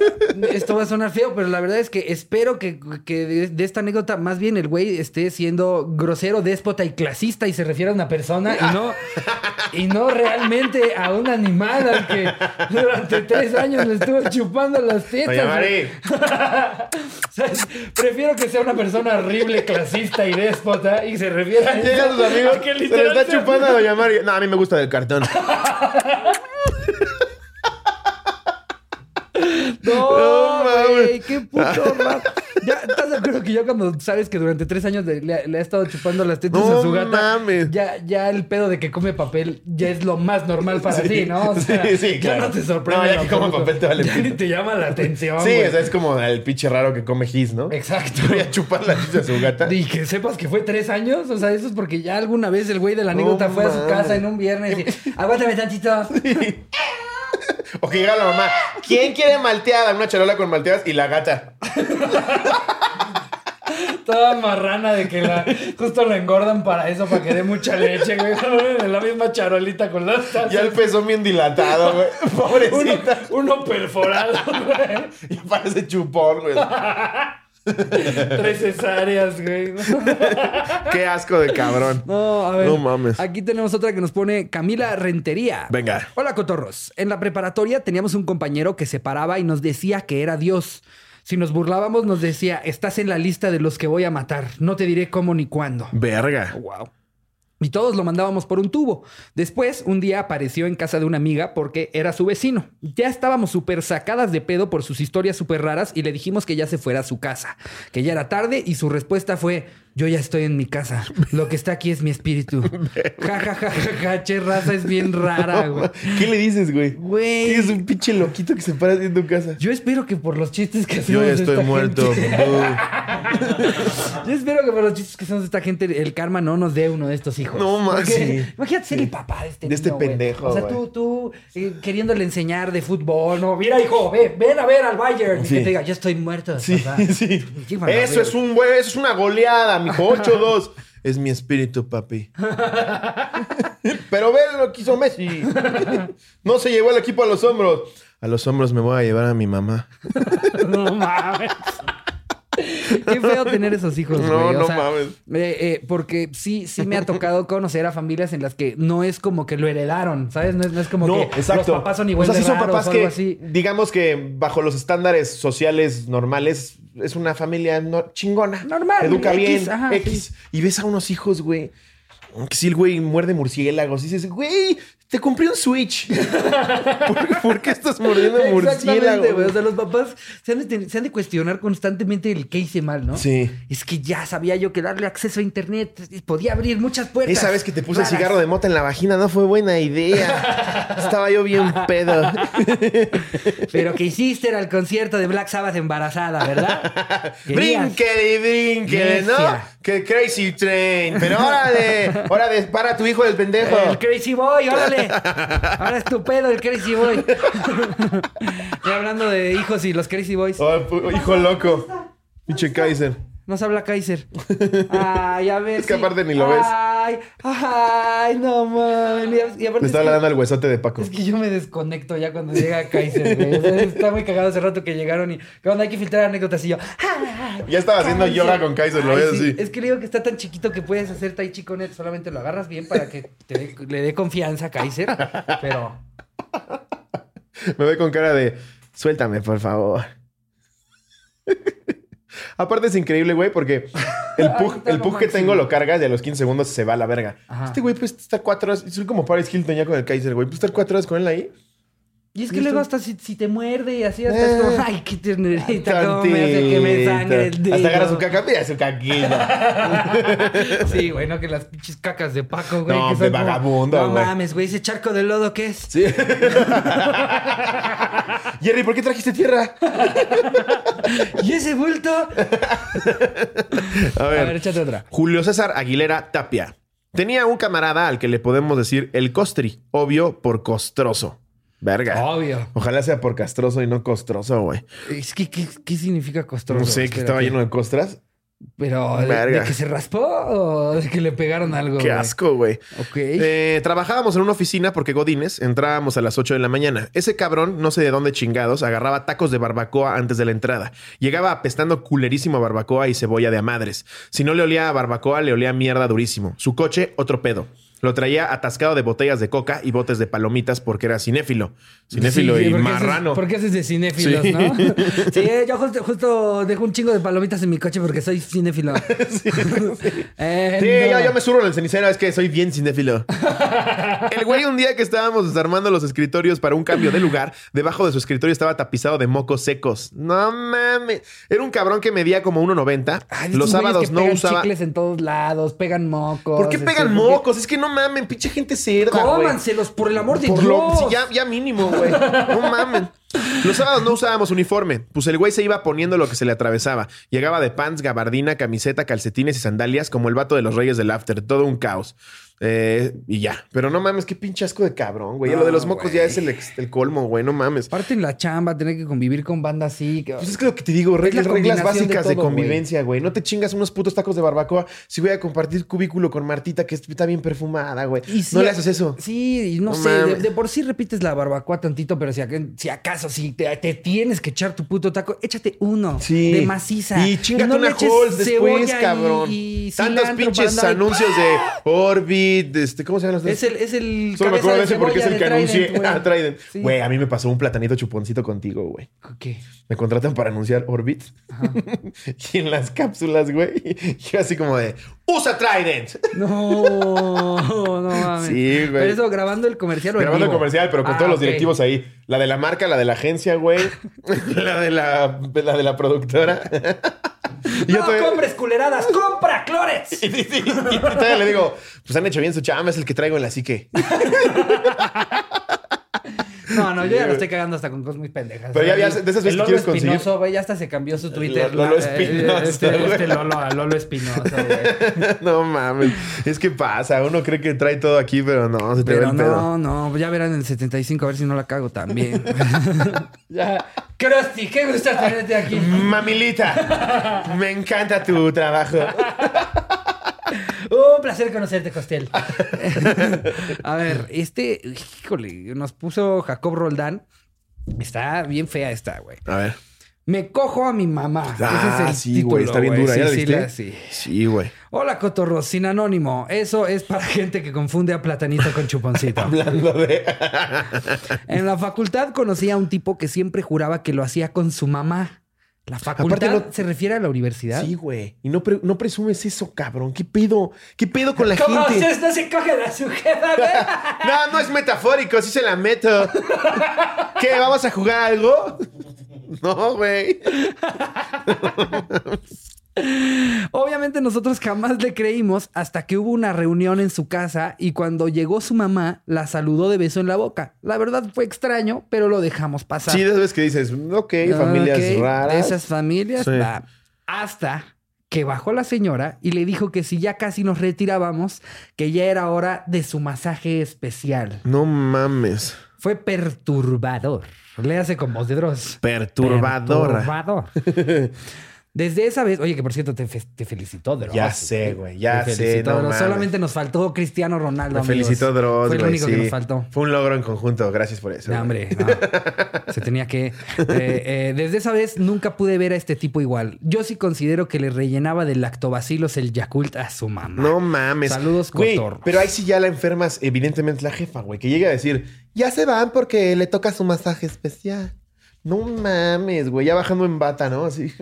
<laughs> esto va a sonar feo, pero la verdad es que espero que, que de, de esta anécdota, más bien el güey esté siendo grosero, déspota y clasista y se refiere a una persona y <laughs> no, y no realmente a un animal al que durante tres años le estuvo chupando las Doña tetas. güey. Mari. ¿Sabes? Prefiero que sea una persona horrible, clasista y déspota y se refiere a, <laughs> Llegan sus amigos. a que Se le literal está sea- chupando a <laughs> Doña Mari. No, a mí me gusta del cartón. No, No mames. güey, qué puto rato. Ya, ¿Estás de acuerdo que yo cuando sabes que durante tres años de- le, le ha estado chupando las tetas No a su gata? mames. Ya, ya el pedo de que come papel ya es lo más normal para Sí, ti, ¿no? O sea, sí, sí, ya claro. no te sorprende. No, ya en que como absoluto. papel te vale Ya ni pito. te llama la atención, Sí, güey. o sea, es como el pinche raro que come gis, ¿no? Exacto. Voy a chupar la chicha a su <laughs> gata. Y que sepas que fue tres años, o sea, eso es porque ya alguna vez el güey de la anécdota fue a su mames. casa en un viernes <laughs> y aguántame tantito. O que llega la mamá. ¿Quién quiere malteada? Una charola con malteadas y la gata. Toda marrana de que la, justo la engordan para eso, para que dé mucha leche, güey. <laughs> En la misma charolita con las tazas. Ya el pezón bien dilatado, güey. <laughs> uno, Pobrecita. uno perforado, <laughs> güey. Y parece chupón, güey. Tres cesáreas, güey. <laughs> Qué asco de cabrón. No, a ver. No mames. Aquí tenemos otra que nos pone Camila Rentería. Venga. Hola, cotorros. En la preparatoria teníamos un compañero que se paraba y nos decía que era Dios. Si nos burlábamos, nos decía, estás en la lista de los que voy a matar. No te diré cómo ni cuándo. Verga. Wow. Y todos lo mandábamos por un tubo. Después, un día apareció en casa de una amiga porque era su vecino. Ya estábamos súper sacadas de pedo por sus historias súper raras y le dijimos que ya se fuera a su casa, que ya era tarde y su respuesta fue, yo ya estoy en mi casa, lo que está aquí es mi espíritu. Ja, ja, ja, ja, ja, che raza es bien rara, güey. ¿Qué le dices, güey? Güey. Es un pinche loquito que se para en tu casa. Yo espero que por los chistes que hacemos Yo ya de estoy esta muerto. gente- <laughs> Bu. Yo espero que por los chistes que hacemos de esta gente, el karma no nos dé uno de estos hijos. No, man, Porque sí. Imagínate ser el papá de este De este niño, güey. pendejo, O sea, güey. tú, tú eh, queriéndole enseñar de fútbol, no. Mira, hijo, ve, ven a ver al Bayern. Y Sí. que te diga, yo estoy muerto. <laughs> Sí, papá". sí. Qué maravilla. Eso es un güey, eso es una goleada, mijo. <laughs> 8-2. Es mi espíritu, papi. <laughs> Pero ve lo que hizo Messi. <laughs> No se llevó el equipo a los hombros. A los hombros me voy a llevar a mi mamá. <laughs> No mames. Qué feo tener esos hijos, No, güey. O no sea, mames. eh, eh, porque sí, sí me ha tocado conocer a familias en las que no es como que lo heredaron, ¿sabes? No es, no es como que los papás son igual o sea, de sí son raros papás o que, algo así. digamos que bajo los estándares sociales normales, es una familia no- chingona. Normal, Educa X, bien, ajá, X. Y ves a unos hijos, güey. Que si el güey muerde murciélagos. Y dices, güey, te compré un Switch. <laughs> ¿Por, por qué estás mordiendo Exactamente, güey. O murciélagos? sea, los papás se han, de, ten- se han de cuestionar constantemente el que hice mal, ¿no? Sí. Es que ya sabía yo que darle acceso a internet y podía abrir muchas puertas. Esa vez que te puse el raras. cigarro de mota en la vagina no fue buena idea. Estaba yo bien pedo. Pero que hiciste era el concierto de Black Sabbath embarazada, <laughs> ¿verdad? Querías. Brinquele y brinquele, ¿no? Necia. Que Crazy Train. Pero órale, órale, para tu hijo del pendejo. El Crazy Boy, <laughs> órale. Ahora es tu pedo el Crazy Boy. <laughs> y hablando de hijos y los Crazy Boys, Oh, pu- hijo loco. Pinche Kaiser. nos habla Kaiser. Ay, a ver. Es que sí. aparte ni lo ves. Ay, ay, no mames. Y aparte es Le estaba que- dando al huesote de Paco. Es que yo me desconecto ya cuando llega Kaiser, güey. O sea, está muy cagado hace rato que llegaron y... ¿Qué onda? Hay que filtrar anécdotas y yo... "Ah, Ya estaba haciendo Kaiser". yoga con Kaiser, lo Ay, veo sí. así. Es que le digo que está tan chiquito que puedes hacer tai chi con él. Solamente lo agarras bien para que te dé- le dé confianza a Kaiser. Pero... Me ve con cara de suéltame, por favor. <laughs> Aparte es increíble, güey, porque el pug, Ahorita el lo pug que máximo. tengo lo cargas y a los 15 segundos se va a la verga. pues, Ajá. Este güey puede estar cuatro horas. Soy como Paris Hilton ya con el Kaiser, güey. Puede estar cuatro horas con él ahí. Y es Y que esto- luego hasta si, si te muerde y así, hasta es Eh. como, ay, qué ternerita, cómo me hace que me sangre el dedo. Hasta agarra su caca, mira su caquita. Sí, güey, no que las pinches cacas de Paco, güey. No, que hombre, son como, vagabundo, No güey. mames, güey, ese charco de lodo, ¿qué es? Sí. <laughs> Jerry, ¿por qué trajiste tierra? ¿Y ese bulto? A ver, échate otra. Julio César Aguilera Tapia. Tenía un camarada al que le podemos decir el costri, obvio por costroso. Verga. Obvio. Ojalá sea por castroso y no costroso, güey. Es que, ¿qué, qué significa costroso? No sé, que estaba Espérate. lleno de costras. Pero, ¿de- Verga. ¿de que se raspó o de que le pegaron algo? Qué güey? asco, güey. Ok. Eh, trabajábamos en una oficina porque Godines entrábamos a las 8 de la mañana. Ese cabrón, no sé de dónde chingados, agarraba tacos de barbacoa antes de la entrada. Llegaba apestando culerísimo a barbacoa y cebolla de amadres. Si no le olía a barbacoa, le olía a mierda durísimo. Su coche, otro pedo. Lo traía atascado de botellas de coca y botes de palomitas porque era cinéfilo. Cinéfilo Sí, sí, y ¿por qué marrano. haces- <laughs> ¿Por qué haces de cinéfilos, Sí. no? <laughs> Sí, eh, yo justo, justo dejo un chingo de palomitas en mi coche porque soy <laughs> cinéfilo. Eh, Sí, no. yo, yo me surro en el cenicero, es que soy bien cinéfilo. <laughs> El güey, un día que estábamos desarmando los escritorios para un cambio de lugar, debajo de su escritorio estaba tapizado de mocos secos. No mames. Era un cabrón que medía como 1.90. Ay, estos los güeyes sábados que no pegan usaba. chicles en todos lados, pegan mocos. ¿Por qué este, pegan porque- mocos? Es que no mamen, pinche gente cerda. güey. Cómanselos, por el amor de Por Dios. lo- sí, ya, ya mínimo, güey. No mamen. Los sábados no usábamos uniforme. Pues el güey se iba poniendo lo que se le atravesaba. Llegaba de pants, gabardina, camiseta, calcetines y sandalias como el vato de los reyes del after. Todo un caos. Eh, y ya. Pero no mames, qué pinche asco de cabrón, güey. lo de los No, mocos güey. ya es el, ex- el colmo, güey. No mames. Aparte en la chamba, tener que convivir con banda así. que- Pues es que lo que te digo, reglas, la reglas combinación de básicas de, todo, convivencia, güey. No te chingas unos putos tacos de barbacoa si voy a compartir cubículo con Martita, que está bien perfumada, güey. Y si- no le haces eso. Sí, y no, No sé, de, mames. de por sí repites la barbacoa tantito, pero si, ac- si acaso, si te, te tienes que echar tu puto taco, échate uno Sí. de maciza. Y chingate no le una eches Halls después, cebolla y- cabrón. y Tantos cilantro pinches para andar- ¡Ah! anuncios de Orbit, de este, ¿cómo se llaman los de- Es el, es el Solo cabeza me acuerdo de ese porque es el cebolla que de anuncié. <laughs> Trident, güey. Ah, Trident. Sí. Güey, a mí me pasó un platanito chuponcito contigo, güey. ¿Qué? Me contratan para anunciar Orbit. <laughs> y en las cápsulas, güey, yo así como de, ¡Usa Trident! No, no mames. Sí, güey. Pero eso grabando el comercial o en Grabando el vivo? comercial, pero con Ah, todos los ok. directivos ahí. La de la marca, la de la agencia, <laughs> güey. la, de la, la de la productora. Y No <laughs> yo todavía- compres culeradas, compra clores. Y, y- y- y todavía le digo, pues han hecho bien su chamba, es el que traigo en la psique. <laughs> No, no, yo ya güey. lo estoy cagando hasta con cosas muy pendejas. Pero ya había- de esas veces que El Lolo quieres conseguir. Espinoso, güey, ya hasta se cambió su Twitter. Lolo la- Espinoso, eh, Este, güey. este Lolo a Lolo Espinoso, güey. no mames. Es que pasa, uno cree que trae todo aquí, pero no, se te ve Pero el pedo. no, no, ya verán en el 75 a ver si no la cago <laughs> también. <laughs> ya. Krusty, qué gusto tenerte <laughs> aquí. Mamilita, me encanta tu trabajo. Un placer conocerte, Costel. <laughs> a ver, este, híjole, nos puso Jacob Roldán. Está bien fea esta, güey. A ver. Me cojo a mi mamá. Ese es el Ah, sí, título, güey, está bien dura. Sí, ¿Ya la sí, viste? la- sí. Sí, güey. Hola, cotorros, sin anónimo. Eso es para gente que confunde a platanito con <laughs> chuponcito. Hablando de... <laughs> en la facultad conocí a un tipo que siempre juraba que lo hacía con su mamá. La facultad no- se refiere a la universidad. Sí, güey. Y no, pre- no presumes eso, cabrón. ¿Qué pedo? ¿Qué pedo con la ¿Cómo gente? ustedes no se cogen a su jefa, güey? No, no es metafórico, sí se la meto. ¿Qué? ¿Vamos a jugar algo? <laughs> No, güey. Obviamente nosotros jamás le creímos hasta que hubo una reunión en su casa y cuando llegó su mamá la saludó de beso en la boca. La verdad fue extraño, pero lo dejamos pasar. Sí, de esas veces que dices, ok, Ah, familias ok, raras. de Esas familias. Sí. va. Hasta que bajó la señora y le dijo que si ya casi nos retirábamos, que ya era hora de su masaje especial. No mames. Fue perturbador. Le hace con voz de Dross. Perturbadora. Perturbador. <laughs> Desde esa vez, oye, que por cierto te, fe- te felicitó, Dross. Ya sé, güey, ya Te sé, felicitó, no Dross. mames. Solamente nos faltó Cristiano Ronaldo. Me amigos. felicitó Dross, Fue lo güey, único que sí. nos faltó. Fue un logro en conjunto, gracias por eso. No, güey. hombre, no. Se tenía <laughs> que. Eh, eh, desde esa vez nunca pude ver a este tipo igual. Yo sí considero que le rellenaba de lactobacilos el Yakult a su mamá. No mames. Saludos, Güey, cotorros. Pero ahí sí ya la enfermas, evidentemente, la jefa, güey, que llega a decir, ya se van porque le toca su masaje especial. No mames, güey, ya bajando en bata, ¿no? Así.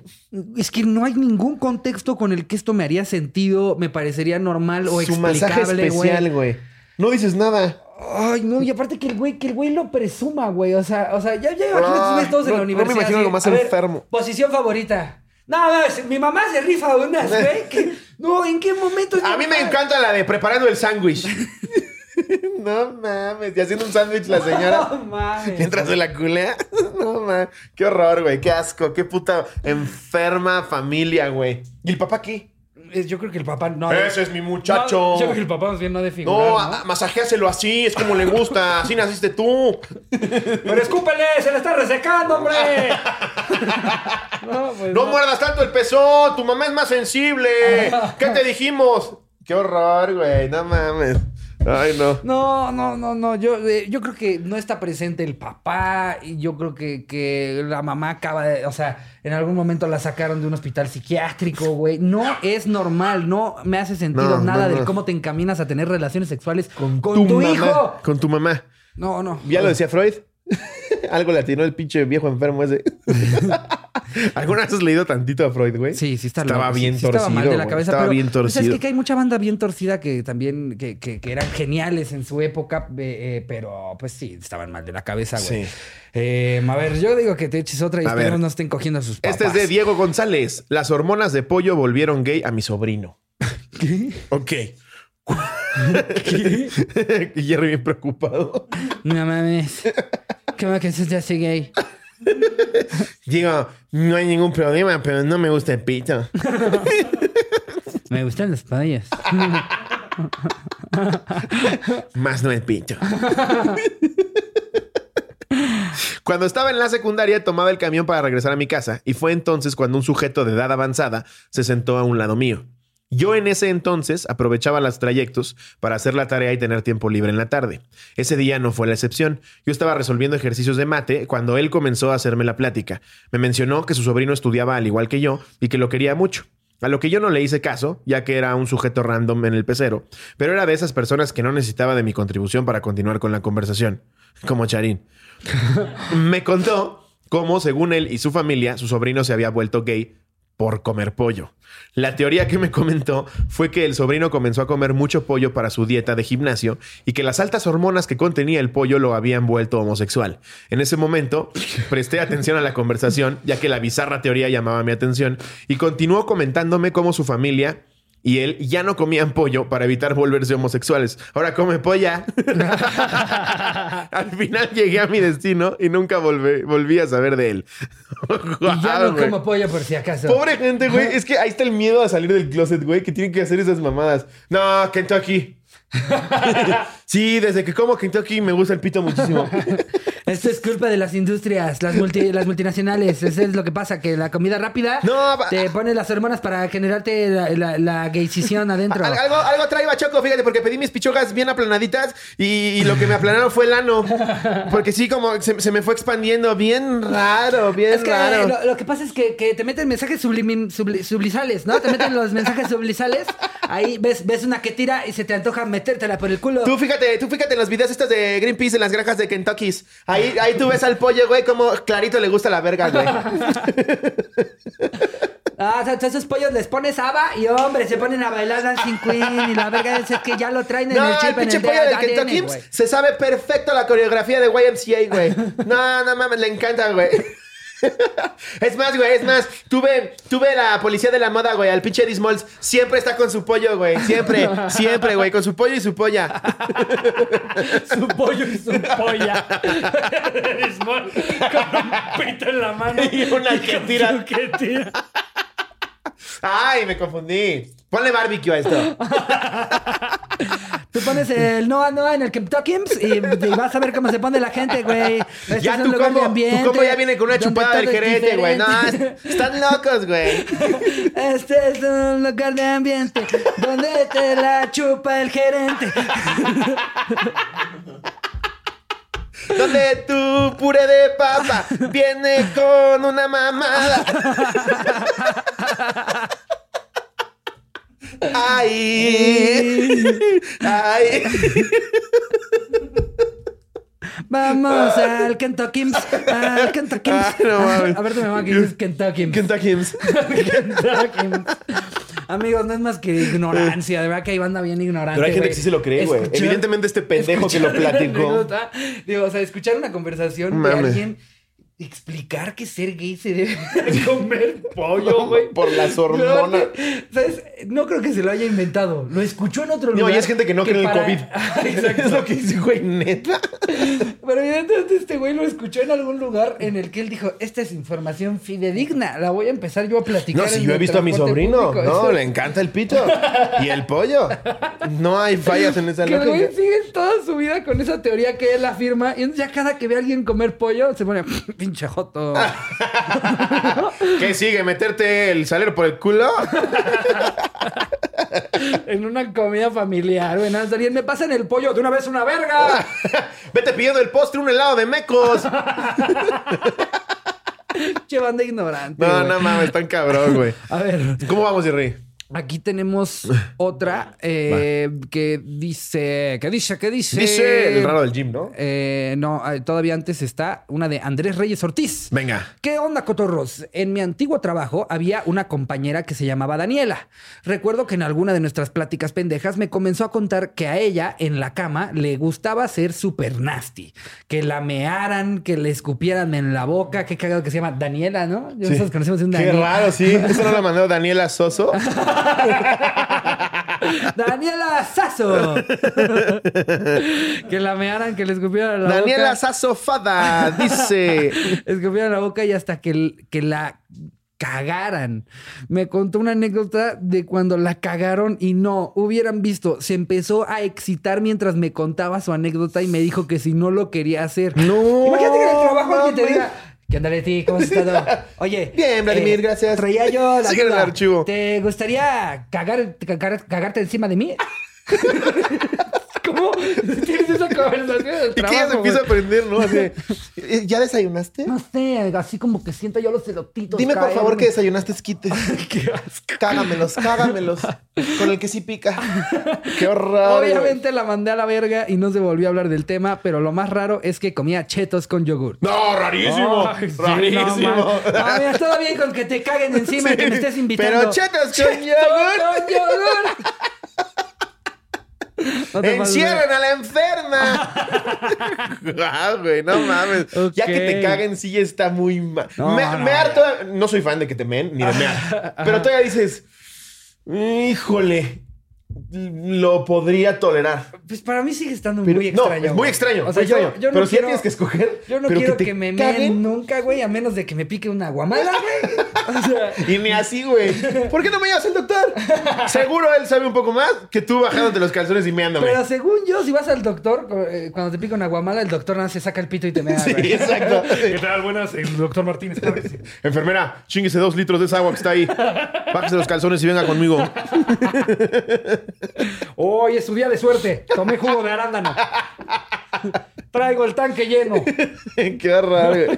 Es que no hay ningún contexto con el que esto me haría sentido, me parecería normal o su explicable, masaje especial, güey. güey. No dices nada. Ay, no, y aparte que el güey, que el güey lo presuma, güey. O sea, o sea, ya, ya imagínate, Ah, ves todos en no- la no me universidad. imagino así, algo más a ver, enfermo. Posición favorita. No, no, es- mi mamá se rifa <laughs> unas, güey. que- no, ¿en qué momento? A mí me encanta la de preparando el sándwich. <laughs> no mames, y haciendo un sándwich la No señora. <laughs> mames. Mientras se la culea. <laughs> No mames. Qué horror, güey. Qué asco. Qué puta enferma familia, güey. ¿Y el papá qué? Eh, Yo creo que el papá no. Ese es mi muchacho. No, yo creo que el papá más bien no de figurar, No, ah. ¿no? a- a- masajéaselo así, es como <laughs> le gusta, así naciste tú. Pero escúpele, se le está resecando, <laughs> hombre. <laughs> no, pues. No no. muerdas tanto el pezón, tu mamá es más sensible. ¿Qué te dijimos? Qué horror, güey, no mames. Ay, no. No, no, no, no. Yo, eh, yo creo que no está presente el papá. Y yo creo que, que la mamá acaba de. O sea, en algún momento la sacaron de un hospital psiquiátrico, güey. No es normal. No me hace sentido No, nada no, del no. cómo te encaminas a tener relaciones sexuales con, Tu tu mamá, hijo. Con tu mamá. No, no. Ya lo decía Freud. <laughs> Algo le atinó el pinche viejo enfermo ese. <laughs> ¿Alguna vez has leído tantito a Freud, güey? Sí, sí está ¿Eh? Estaba loco, sí, bien sí torcido. Estaba mal de la güey, cabeza, Estaba pero, bien pues, torcido. es que, que hay mucha banda bien torcida que también que, que- que eran geniales en su época, eh, eh, pero pues sí, estaban mal de la cabeza, güey. Sí. Eh, a ver, yo digo que te eches otra y A esperemos ver. no estén cogiendo a sus papás. Este es de Diego González. Las hormonas de pollo volvieron gay a mi sobrino. Ok. <laughs> y Jerry bien preocupado. No mames. ¿Cómo que eso te hace gay? Digo, no hay ningún problema, pero no me gusta el pito. Me gustan los <laughs> pollos. Más no el pito. Cuando estaba en la secundaria tomaba el camión para regresar a mi casa y fue entonces cuando un sujeto de edad avanzada se sentó a un lado mío. Yo en ese entonces aprovechaba los trayectos para hacer la tarea y tener tiempo libre en la tarde. Ese día no fue la excepción. Yo estaba resolviendo ejercicios de mate cuando él comenzó a hacerme la plática. Me mencionó que su sobrino estudiaba al igual que yo y que lo quería mucho. A lo que yo no le hice caso, ya que era un sujeto random en el pecero, pero era de esas personas que no necesitaba de mi contribución para continuar con la conversación. Como Charín. Me contó cómo, según él y su familia, su sobrino se había vuelto gay por comer pollo. La teoría que me comentó fue que el sobrino comenzó a comer mucho pollo para su dieta de gimnasio y que las altas hormonas que contenía el pollo lo habían vuelto homosexual. En ese momento presté atención a la conversación, ya que la bizarra teoría llamaba mi atención, y continuó comentándome cómo su familia y él ya no comían pollo para evitar volverse homosexuales. Ahora come polla. <laughs> Al final llegué a mi destino y nunca volvé- volví a saber de él. <laughs> y ya Guau, no güey. como pollo por si acaso. Pobre gente, güey. Es que ahí está el miedo a salir del closet, güey, que tienen que hacer esas mamadas. <laughs> No, Kentucky. sí, desde que como Kentucky me gusta el <laughs> pito muchísimo. Esto es culpa de las industrias, las, multi- las multinacionales. Eso es lo que pasa, que la comida rápida No, pa- te pone las hormonas para generarte la, la, la gaysisión adentro. Al- <laughs> algo, algo trae Bachoco, fíjate, porque pedí mis pichogas bien aplanaditas y, y lo que me aplanaron fue <laughs> el ano. Porque sí, como se, se me fue expandiendo bien raro, bien Es que raro. lo, lo que pasa es que, que te meten mensajes sublimin- subli- sublizales, ¿no? Te meten los mensajes sublizales. Ahí ves, ves una que tira y se te antoja metértela por el culo. Tú fíjate, tú fíjate en los videos estos de Greenpeace en las granjas de Kentucky. Ahí, ahí tú ves al pollo, güey, como clarito le gusta la verga, <laughs> güey. Ah, o sea, tú a esos pollos les pones haba y hombre, se ponen a bailar Dancing Queen y la verga es que ya lo traen en No, el chip el pinche en pollo el del ADN, Kentucky E, pues, güey. se sabe perfecto la coreografía de YMCA, güey. No, no mames, le encanta, güey. <laughs> Es más, güey, es más, tuve, tuve la policía de la moda, güey, al pinche Eddie Smalls. Siempre está con su pollo, güey. Siempre, siempre, güey, con su pollo y su polla. Su pollo y su <laughs> polla. Eres mol- con un pito en la mano. Y una que con tira. su que tira. Ay, me confundí. Ponle barbecue a esto. Tú pones el Noah Noah en el Kentucky y, y vas a ver cómo se pone la gente, güey. Este ya es un tu lugar de combo, tu combo ya viene con una donde chupada todo del es gerente, güey. No, Ah, diferente. es- están <laughs> locos, güey. Este es un lugar de ambiente donde te la chupa el gerente. Donde tu puré de papa viene con una mamada. Ay, ay. Vamos al Kentucky. Al Kentucky. Ay, Ah. no mames. a ver, tu mamá que dices Kentucky. Kentucky. Kentucky. Amigos, no es más que ignorancia. De verdad que hay banda bien ignorante. Pero hay gente güey. que sí se lo cree, güey. Escuchar- Evidentemente este pendejo que lo escuchar una platicó. anécdota, digo, o sea, escuchar una conversación de Mames. alguien explicar que ser gay se debe <laughs> de comer <laughs> pollo, güey. Por las hormonas. No, ¿Sabes? No creo que se lo haya inventado. Lo escuchó en otro No, lugar. y es gente que no cree en el para- COVID. <laughs> Ah, <laughs> Es Exacto. lo que dice, güey, neta. Pero evidentemente este güey lo escuchó en algún lugar en el que él dijo, esta es información fidedigna, la voy a empezar yo a platicar. No, si en yo he el visto a mi transporte sobrino, público". no, <laughs> Eso- le encanta el pito y el pollo. No hay fallas en <laughs> esa Que el güey lógica. sigue toda su vida con esa teoría que él afirma. Y entonces ya cada que ve a alguien comer pollo, se pone <laughs> pinche <laughs> joto. ¿Qué sigue? ¿Meterte el salero por el culo? <laughs> en una comida familiar, güey. nada más, alguien me pasan el pollo de una vez una <laughs> verga. Vete pidiendo el postre un helado de mecos. Pinche banda ignorante. No, güey. no mames, tan cabrón, güey. A ver, ¿Cómo vamos, Jerry? aquí tenemos otra eh, que dice. ¿Qué dice? ¿Qué dice? Dice el raro del gym, ¿no? Eh, no, eh, todavía antes está una de Andrés Reyes Ortiz. Venga. ¿Qué onda, cotorros? En mi antiguo trabajo había una compañera que se llamaba Daniela. Recuerdo que en alguna de nuestras pláticas pendejas me comenzó a contar que a ella en la cama le gustaba ser super nasty, que la mearan, que le escupieran en la boca. Qué cagado que se llama Daniela, ¿no? Yo Nosotros conocemos un Qué Daniela. <laughs> raro, sí. Eso no lo mandó Daniela Soso. Daniela <laughs> Sasso. que la mearan, que le escupieran en la boca. Daniela Sasofada dice. <laughs> escupieron la boca y hasta que, que la cagaran. Me contó una anécdota de cuando la cagaron y no hubieran visto. Se empezó a excitar mientras me contaba su anécdota y me dijo que si no lo quería hacer. No, Imagínate que en el trabajo alguien te mames. diga. ¿Qué onda, Leti? ¿Cómo has estado? <laughs> Oye. eh, Bien, Vladimir, gracias. Traía yo la Sigue en el duda. archivo. ¿Te gustaría cagar, cagar- cagarte encima de <laughs> mí? <laughs> ¿Cómo tienes esa conversación del ¿Y qué trabajo, ya se güey? empieza a aprender, no? Así, <laughs> ¿eh, ¿Ya desayunaste? No sé, así como que siento yo los celotitos. Dime por caerme. favor que desayunaste esquites. Qué asco. Cágamelos, cágamelos. Con el que <laughs> sí pica. Qué horror. güey. Obviamente la mandé a la verga y no se volvió a hablar del tema, pero lo más raro es que comía chetos con yogur. No, rarísimo. Ay, sí, rarísimo. No, man. No, mira, todo bien con que te caguen encima y que me estés invitando. Pero chetos con yogur. ¡Con yogur! No te pases de- Encierren a la enferma. <laughs> Guau, Ah, güey, no mames. Ya que te Ok. caguen, sí está muy mal. No, me, no, mear ya. toda- No soy fan de que te meen ni de mear. pero todavía dices, híjole, lo podría tolerar. Pues para mí sigue estando Pero- muy extraño. No, es muy güey. extraño. O sea, muy yo- extraño. yo no pero si ya quiero- tienes que escoger. Yo no pero quiero que, te me meen caguen, nunca, güey, a menos de que me pique una guamala, güey. O sea, Y ni así, güey. ¿Por qué no me llevas al doctor? <laughs> Seguro él sabe un poco más que tú bajándote los calzones y meándome. Pero según yo, si vas al doctor, eh, cuando te pica una guamala, el doctor nada más se saca el pito y te mea. Sí, güey. exacto. ¿Qué tal? Buenas, el doctor Martínez. claro que sí. Enfermera, chinguese dos litros de esa agua que está ahí. Bájese los calzones y venga <laughs> conmigo. Hoy es su día de suerte. Tomé jugo de arándano. Traigo el tanque lleno. Qué raro. güey.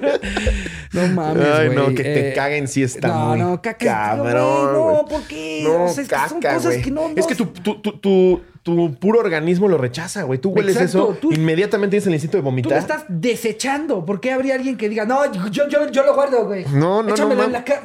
No mames, güey. Ay, no, que te Eh, caguen si está no, muy no, caca, cabrón. güey, no, güey. ¿por qué? No, O sea, es que son caca, cosas güey. que no- no- Es que tu, tu, tu, tu, tu puro organismo lo rechaza, güey. Tú hueles Exacto, eso, tú- inmediatamente tienes el instinto de Tú lo vomitar. estás desechando. ¿Por qué habría alguien que diga, no, yo, yo, yo lo guardo, güey? No, no, no, Échamelo en mam- la cara.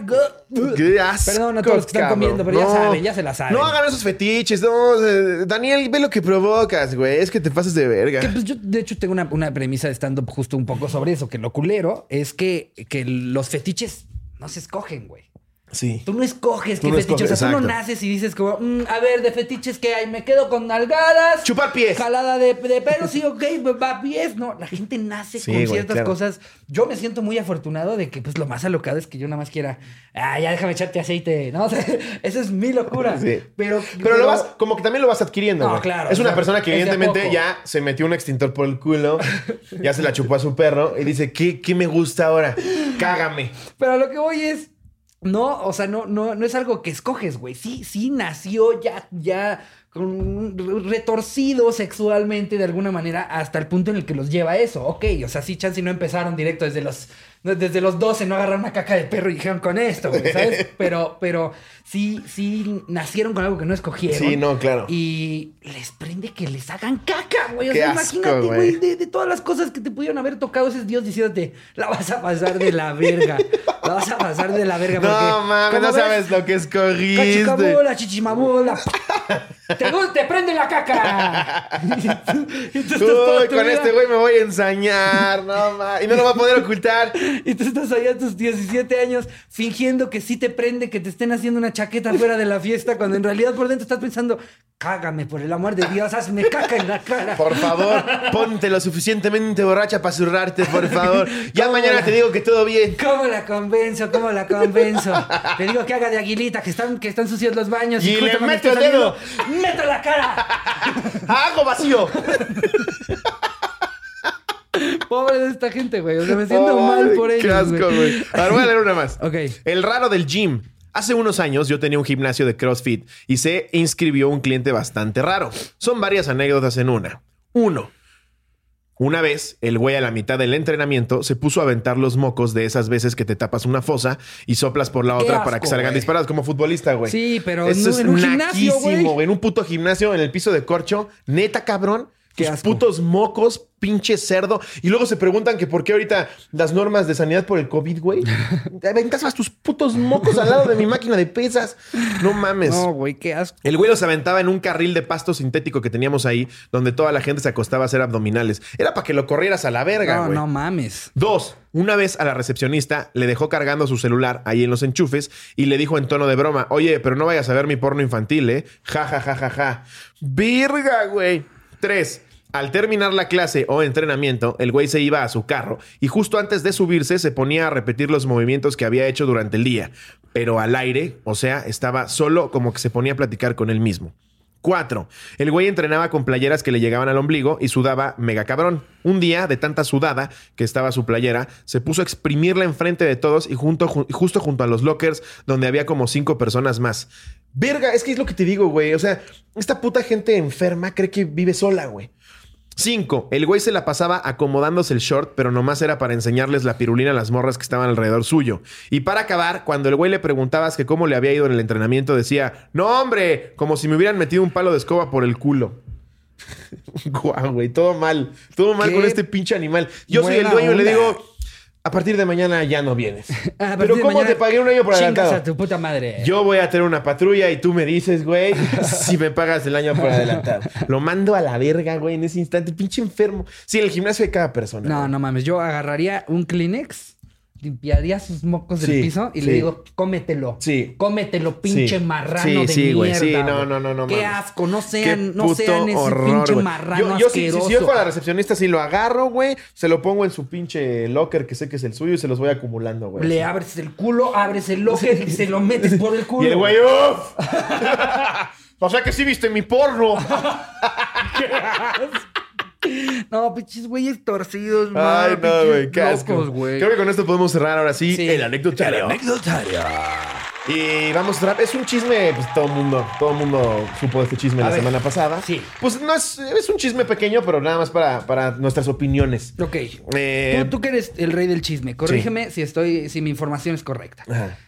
Qué asco, Perdón a todos los que están cabrón. comiendo, pero No. ya saben, ya se la saben. No hagan esos fetiches. No, eh, Daniel, ve lo que provocas, güey. Es que te pasas de verga. Que, pues, yo, de hecho, tengo una, una premisa de stand-up justo un poco sobre eso, que lo culero es que, que los fetiches no se escogen, güey. Sí. Tú no escoges Tú qué no fetiche. escoges, o sea, tú no exacto. naces y dices como, "Mm, a ver, de fetiches que hay, me quedo con nalgadas. Chupar pies. Jalada de, de pelos, sí, ok, va pies. No, la gente nace Sí, con güey, ciertas claro. cosas. Yo me siento muy afortunado de que, pues, lo más alocado es que yo nada más quiera, ah, ya déjame echarte aceite, ¿no? <laughs> O sea, esa es mi locura. Sí. Pero, Pero lo vas, como que también lo vas adquiriendo. No, güey. claro, Es o una sea, persona que es de a evidentemente poco. ya se metió un extintor por <laughs> el culo, ya se la chupó a su perro y dice, ¿qué, qué me gusta ahora? Cágame. Pero a lo que voy es. No, o sea, no, no, no es algo que escoges, güey. Sí, sí nació ya, ya con un retorcido sexualmente de alguna manera hasta el punto en el que los lleva a eso. Ok, o sea, sí, chance y no empezaron directo desde los desde los 12 no agarraron una caca de perro y dijeron con esto, güey, <laughs> ¿sabes? Pero, pero sí, sí nacieron con algo que no escogieron. Sí, no, claro. Y les prende que les hagan caca, güey. O Qué sea, asco, imagínate, güey, güey. de, de todas las cosas que te pudieron haber tocado, ese es Dios diciéndote, la vas a pasar de la verga. La vas a pasar de la verga. No porque, mames, como no ves, sabes lo que escogiste. Cachicabola, chichimabola. Te gusta, te prende la <laughs> caca. Y tú- y tú estás toda Uy, tu con vida- este güey me voy a ensañar, no mames. Y no lo va a poder ocultar. Y tú estás allá a tus 17 años fingiendo que sí te prende, que te estén haciendo una chaqueta fuera de la fiesta, cuando en realidad por dentro estás pensando, cágame, por el amor de Dios, hazme caca en la cara. Por favor. Ponte lo suficientemente borracha para zurrarte, por favor. Ya ¿Cómo mañana la- te digo que todo bien. ¿Cómo la convenzo? ¿Cómo la convenzo? Te digo que haga de aguilita, que están, que están sucios los baños. Y le justo cuando meto estoy el dedo. saliendo, ¡Meto la cara! Ah, ¡Hago vacío! Pobre de esta gente, güey. O sea, me siento Ay, mal por ellos. Qué asco, güey. Ahora voy a leer una más. Ok. El raro del gym. Hace unos años yo tenía un gimnasio de CrossFit y se inscribió un cliente bastante raro. Son varias anécdotas en una. Uno. Una vez, el güey a la mitad del entrenamiento se puso a aventar los mocos de esas veces que te tapas una fosa y soplas por la Qué otra para asco, que salgan güey. disparados como futbolista, güey. Sí, pero Eso no- es en un gimnasio, güey. naquísimo, En un puto gimnasio, en el piso de corcho. Neta, cabrón. Qué Qué asco. putos mocos, pinche cerdo. Y luego se preguntan que por qué ahorita las normas de sanidad por el COVID, <laughs> güey. Te aventabas tus putos mocos al lado de mi máquina de pesas. No mames. No, güey, qué asco. El güey los aventaba en un carril de pasto sintético que teníamos ahí, donde toda la gente se acostaba a hacer abdominales. Era para que lo corrieras a la verga, No, güey. no mames. Dos, una vez a la recepcionista le dejó cargando su celular ahí en los enchufes y le dijo en tono de broma, oye, pero no vayas a ver mi porno infantil, ¿eh? Ja, ja, ja, ja, ja. Virga, güey. Tres, al terminar la clase o entrenamiento, el güey se iba a su carro y justo antes de subirse se ponía a repetir los movimientos que había hecho durante el día, pero al aire, o sea, estaba solo como que se ponía a platicar con él mismo. 4. El güey entrenaba con playeras que le llegaban al ombligo y sudaba mega cabrón. Un día, de tanta sudada que estaba su playera, se puso a exprimirla enfrente de todos y junto, ju- justo junto a los lockers donde había como cinco personas más. Verga, es que es lo que te digo, güey. O sea, esta puta gente enferma cree que vive sola, güey. 5. El güey se la pasaba acomodándose el short, pero nomás era para enseñarles la pirulina a las morras que estaban alrededor suyo. Y para acabar, cuando el güey le preguntabas que cómo le había ido en el entrenamiento, decía, no hombre, como si me hubieran metido un palo de escoba por el culo. <laughs> Guau, güey, todo mal. Todo mal Qué con este pinche animal. Yo soy el buena dueño y le onda. digo, a partir de mañana ya no vienes. <laughs> Ah, A partir pero de ¿cómo mañana te pagué un año por chingas adelantado? a tu puta madre. Yo voy a tener una patrulla y tú me <laughs> dices, güey, si me pagas el año por adelantado. Lo mando a la verga, güey, en ese instante. Pinche enfermo. Sí, el gimnasio de cada persona. No, güey. no mames. Yo agarraría un Kleenex, limpiaría sus mocos del Sí, piso y sí. le digo, cómetelo. Sí. Cómetelo, pinche Sí, marrano sí, de sí, güey, mierda. sí, no, güey. no, no, no Qué mames. asco. No Qué sean, no sean puto ese horror, pinche güey. marrano Yo, yo si, asqueroso. si yo fuera la recepcionista, sí lo agarro, güey. Se lo pongo en su pinche locker que sé que es el suyo y se los voy acumulando, güey. Pues Le abres el culo, abres el locker y se lo metes por el culo. Pues- <laughs> Y el güey, ¡uf! <laughs> o sea que sí viste mi porno. No, pinches güeyes torcidos, Ay, madre, no, güey, pinches qué asco. locos, güey. Creo que con esto podemos cerrar ahora sí, Sí. el anecdotario. Y vamos a cerrar. Es un chisme, pues todo el mundo, todo mundo supo de este chisme A la ver, semana pasada. sí. Pues no es, es un chisme pequeño, pero nada más para, para nuestras opiniones. Ok. Eh, tú, tú que eres el rey del chisme, corrígeme si estoy, si mi información es correcta. Ajá.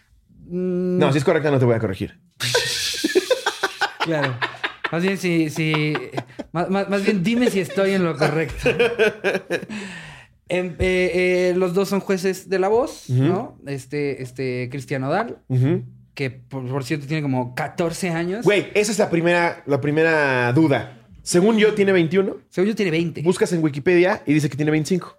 Mm, No, si es correcta, no te voy a corregir. Claro. Más bien si, si más, más- más bien dime si estoy en lo correcto. Em, eh, eh, los dos son jueces de la voz, ¿no? Este, este Cristiano Dal, Ujú. que por, por cierto tiene como 14 años. Güey, esa es la primera, la primera duda. Según yo, tiene 21. Según yo tiene 20. Buscas en Wikipedia y dice que tiene 25.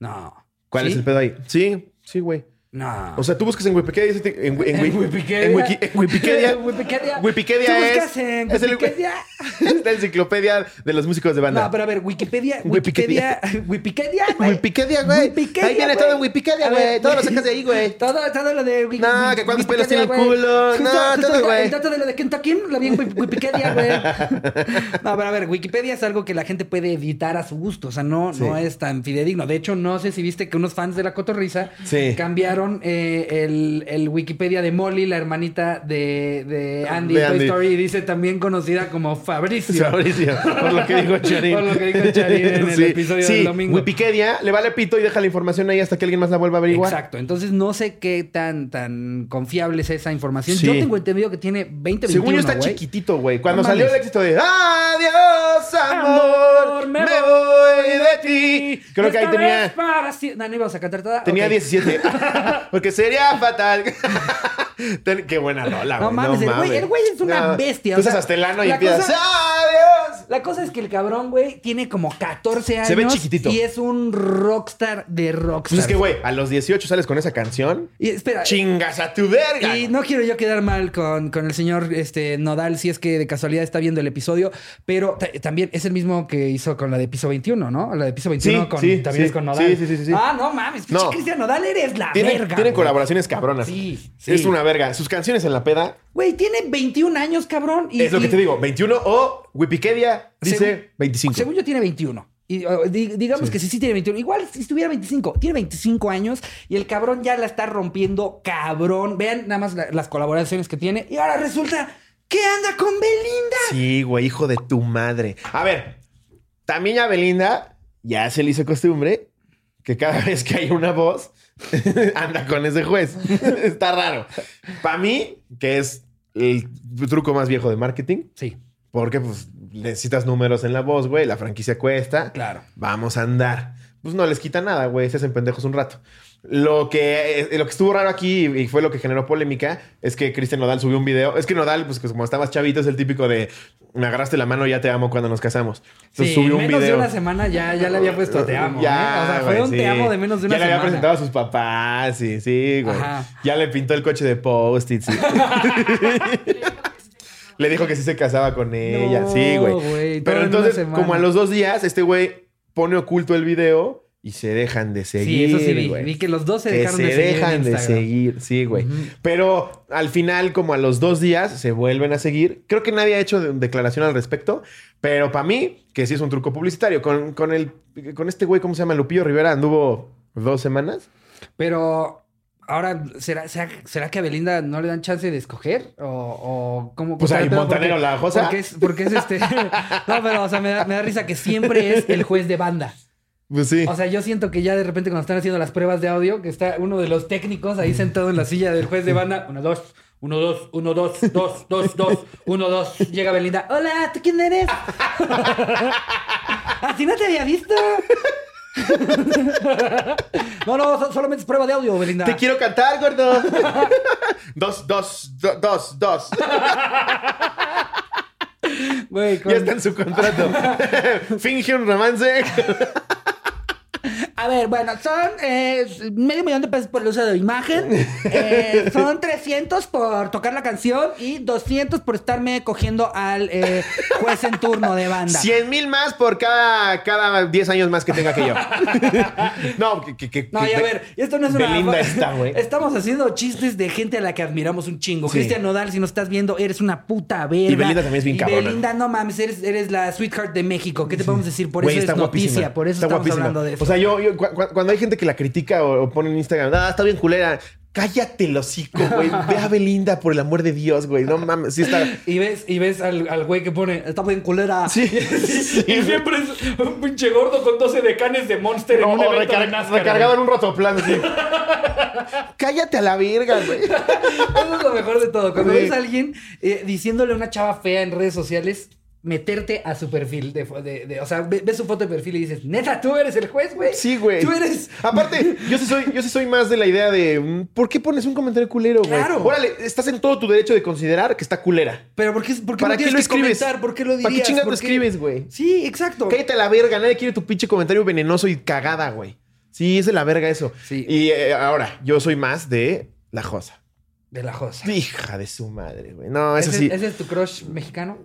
no. ¿Cuál ¿Sí? es el pedo ahí? Sí, sí, güey. No. O sea, tú buscas en Wikipedia y dice que- en, en, En en Wikipedia. Wiki- en <laughs> Wikipedia. Wikipedia. Wikipedia ¿Tú es- buscas en es el- Wikipedia? Es <laughs> la enciclopedia de los músicos de banda. No, pero a ver, Wikipedia, Wikipedia, <laughs> Wikipedia. <laughs> Wikipedia, güey. Wikipedia, güey. Wikipedia, Ahí viene güey. todo en Wikipedia, A güey. ver, <laughs> Todo lo sacas de ahí, <laughs> güey. Todo, todo lo de Wiki- No, Wiki- que cuántos pelos Wikipedia, tiene el güey. <laughs> culo. Justo- No, justo todo, el- güey. El dato de lo de Kentucky lo vi en Wiki- Wikipedia, <laughs> güey. No, pero a ver, Wikipedia es algo que la gente puede editar a su gusto. O sea, no, no es tan fidedigno. De hecho, no sé si viste que unos fans de La Cotorrisa Sí. cambiaron eh, el, el Wikipedia de Molly, la hermanita de, de Andy De en Toy Andy. Story, y dice también conocida como Fabricio. <laughs> Fabricio, por lo que dijo Charín. Por lo que dijo Charín en <laughs> el episodio del domingo. Wikipedia le vale pito y deja la información ahí hasta que alguien más la vuelva a averiguar. Exacto. Entonces no sé qué tan, tan confiable es esa información. Sí. Yo tengo entendido que tiene 20 Según yo 21, está güey. chiquitito, güey. Cuando No salió el mames. éxito de Adiós, amor, Amor, me voy de ti. Creo que ahí Esta vez tenía, para sie- No, no ibas a cantar toda. tenía Ok. <laughs> 17. Porque sería fatal. <laughs> Ten- Qué buena Lola, güey. No mames, el güey- el güey es una bestia, o Tú seas sea, astelano y la empiezas. cosa- ¡Adiós! La cosa es que el cabrón, güey, tiene como 14 años. Se ve chiquitito. Y es un rockstar de rockstar. Pues es que, güey, a los 18 sales con esa canción. Y espera. Chingas a tu verga. Y no quiero yo quedar mal con, con el señor este, Nodal, si es que de casualidad está viendo el episodio, pero ta- también es el mismo que hizo con la de piso 21, ¿no? La de piso 21 Sí, con, sí, también sí. es con Nodal. Sí, sí, sí, sí, sí. Ah, no mames, No. pinche Cristian Nodal eres la Tienen, verga. tienen güey. colaboraciones cabronas. Sí, sí. Es una verga. Sus canciones en la peda. Güey, tiene 21 años, cabrón. y- es lo que y- te digo. 21 o Wikipedia Según- dice 25. Según yo tiene 21. Y, o, di- digamos que sí, sí tiene 21. Igual si estuviera 25, tiene 25 años y el cabrón ya la está rompiendo, cabrón. Vean nada más la- las colaboraciones que tiene. Y ahora resulta que anda con Belinda. Sí, güey, hijo de tu madre. A ver, también a Belinda ya se le hizo costumbre que cada <laughs> vez que hay una voz <laughs> anda con ese juez. <laughs> Está raro. Para mí, que es el truco más viejo de marketing, Sí, porque pues, necesitas números en la voz, güey, la franquicia cuesta. claro. Vamos a andar. Pues no les quita nada, güey. Se hacen pendejos un rato. Lo que, eh, lo que estuvo raro aquí y fue lo que generó polémica es que Cristian Nodal subió un video. Es que Nodal, pues como está más chavito, es el típico de me agarraste la mano, ya te amo cuando nos casamos. Sí, Entonces subió un menos de video. una semana ya, ya le había puesto te amo. ¿eh? O sea, fue güey, un sí. te amo de menos de una Ya le semana. había presentado a sus papás, sí, sí, güey. Ajá. Ya le pintó el coche de post-its. sí. <laughs> le dijo que sí se casaba con ella, No, sí, güey, güey. todo Pero en una entonces, semana. como a los dos días, este güey pone oculto el video y se dejan de Sí, seguir. eso sí vi. güey. Vi que los dos se Que dejaron se de seguir. en dejan de Instagram. seguir, sí, güey. Pero al final, como a los dos días, se vuelven a seguir. Creo que nadie ha hecho de- declaración al respecto, pero para mí, que sí es un truco publicitario. Con, con, el, con este güey, ¿cómo se llama? Lupillo Rivera anduvo dos semanas. Pero ahora, ¿será, será, será que a Belinda no le dan chance de escoger? ¿O, o cómo? Pues cómo está ahí el pedo? Montanero Porque- la josa. Porque es, porque es este... <laughs> no, pero o sea, me da, me da risa que siempre es el juez de banda. Pues sí. <laughs> O sea, yo siento que ya de repente cuando están haciendo las pruebas de audio, que está uno de los técnicos ahí sentado en la silla del juez de banda. Uno, dos... Uno, dos, uno, dos, dos, dos, dos, uno, dos. Llega Belinda. Hola, ¿tú quién eres? <laughs> Así no te había visto. <laughs> no, no, so- solamente es prueba de audio, Belinda. Te quiero cantar, <laughs> gordo. dos, dos, do- dos, dos. Güey, con- Ya está en <laughs> su contrato. Finge un romance. A ver, bueno, son eh, medio millón de pesos por el uso de <laughs> imagen, eh, son 300 por tocar la canción y 200 por estarme cogiendo al eh, juez en turno de banda. 100 mil más por cada, cada 10 años más que tenga que <laughs> yo. no, que, que- que- No, y a que- ver, y esto no es una... Belinda está, güey. Estamos haciendo chistes de gente a la que admiramos un chingo. Sí. Cristian Nodal, si nos estás viendo, eres una puta verga. Y Belinda también es bien Y cabrona. Belinda, no mames, eres, eres la sweetheart de México. ¿Qué te podemos decir? Por Güey, eso está es guapísima. noticia, por eso Está estamos guapísima. hablando de eso. O sea, yo, yo- cu- cu- cuando hay gente que la critica o, o pone en Instagram, ah, está bien culera. Cállate el hocico, <laughs> güey. Ve a Belinda, por el amor de Dios, güey. No mames. Sí está. Y ves, y ves al, al güey que pone, está bien culera. <laughs> Sí. Y siempre es un pinche gordo con 12 decanes de Monster en O, un o evento de recar- NASCAR. recargado en un rotoplan. así. Cállate a la verga, güey. Eso es lo mejor de todo. Cuando Sí. ves a alguien eh, diciéndole a una chava fea en redes sociales, meterte a su perfil. De, fo- de- de- o sea, ve- ves su foto de perfil y dices, neta, tú eres el juez, güey. Sí, güey. Tú eres. Aparte, yo sí soy, yo sí soy más de la idea de mm, ¿por qué pones un comentario culero, güey? Claro. Órale, estás en todo tu derecho de considerar que está culera. Pero ¿por qué, por qué ¿Para no qué tienes lo que escribes? comentar? ¿Por qué lo dirías? ¿Para qué chingados ¿Por lo escribes, güey? Sí, exacto. Cállate a la verga, nadie quiere tu pinche comentario venenoso y cagada, güey. Sí, es de la verga eso. Sí. Y eh, ahora, yo soy más de la josa. De la josa. Hija de su madre, güey. No, eso ¿Ese, sí. ese es tu crush mexicano?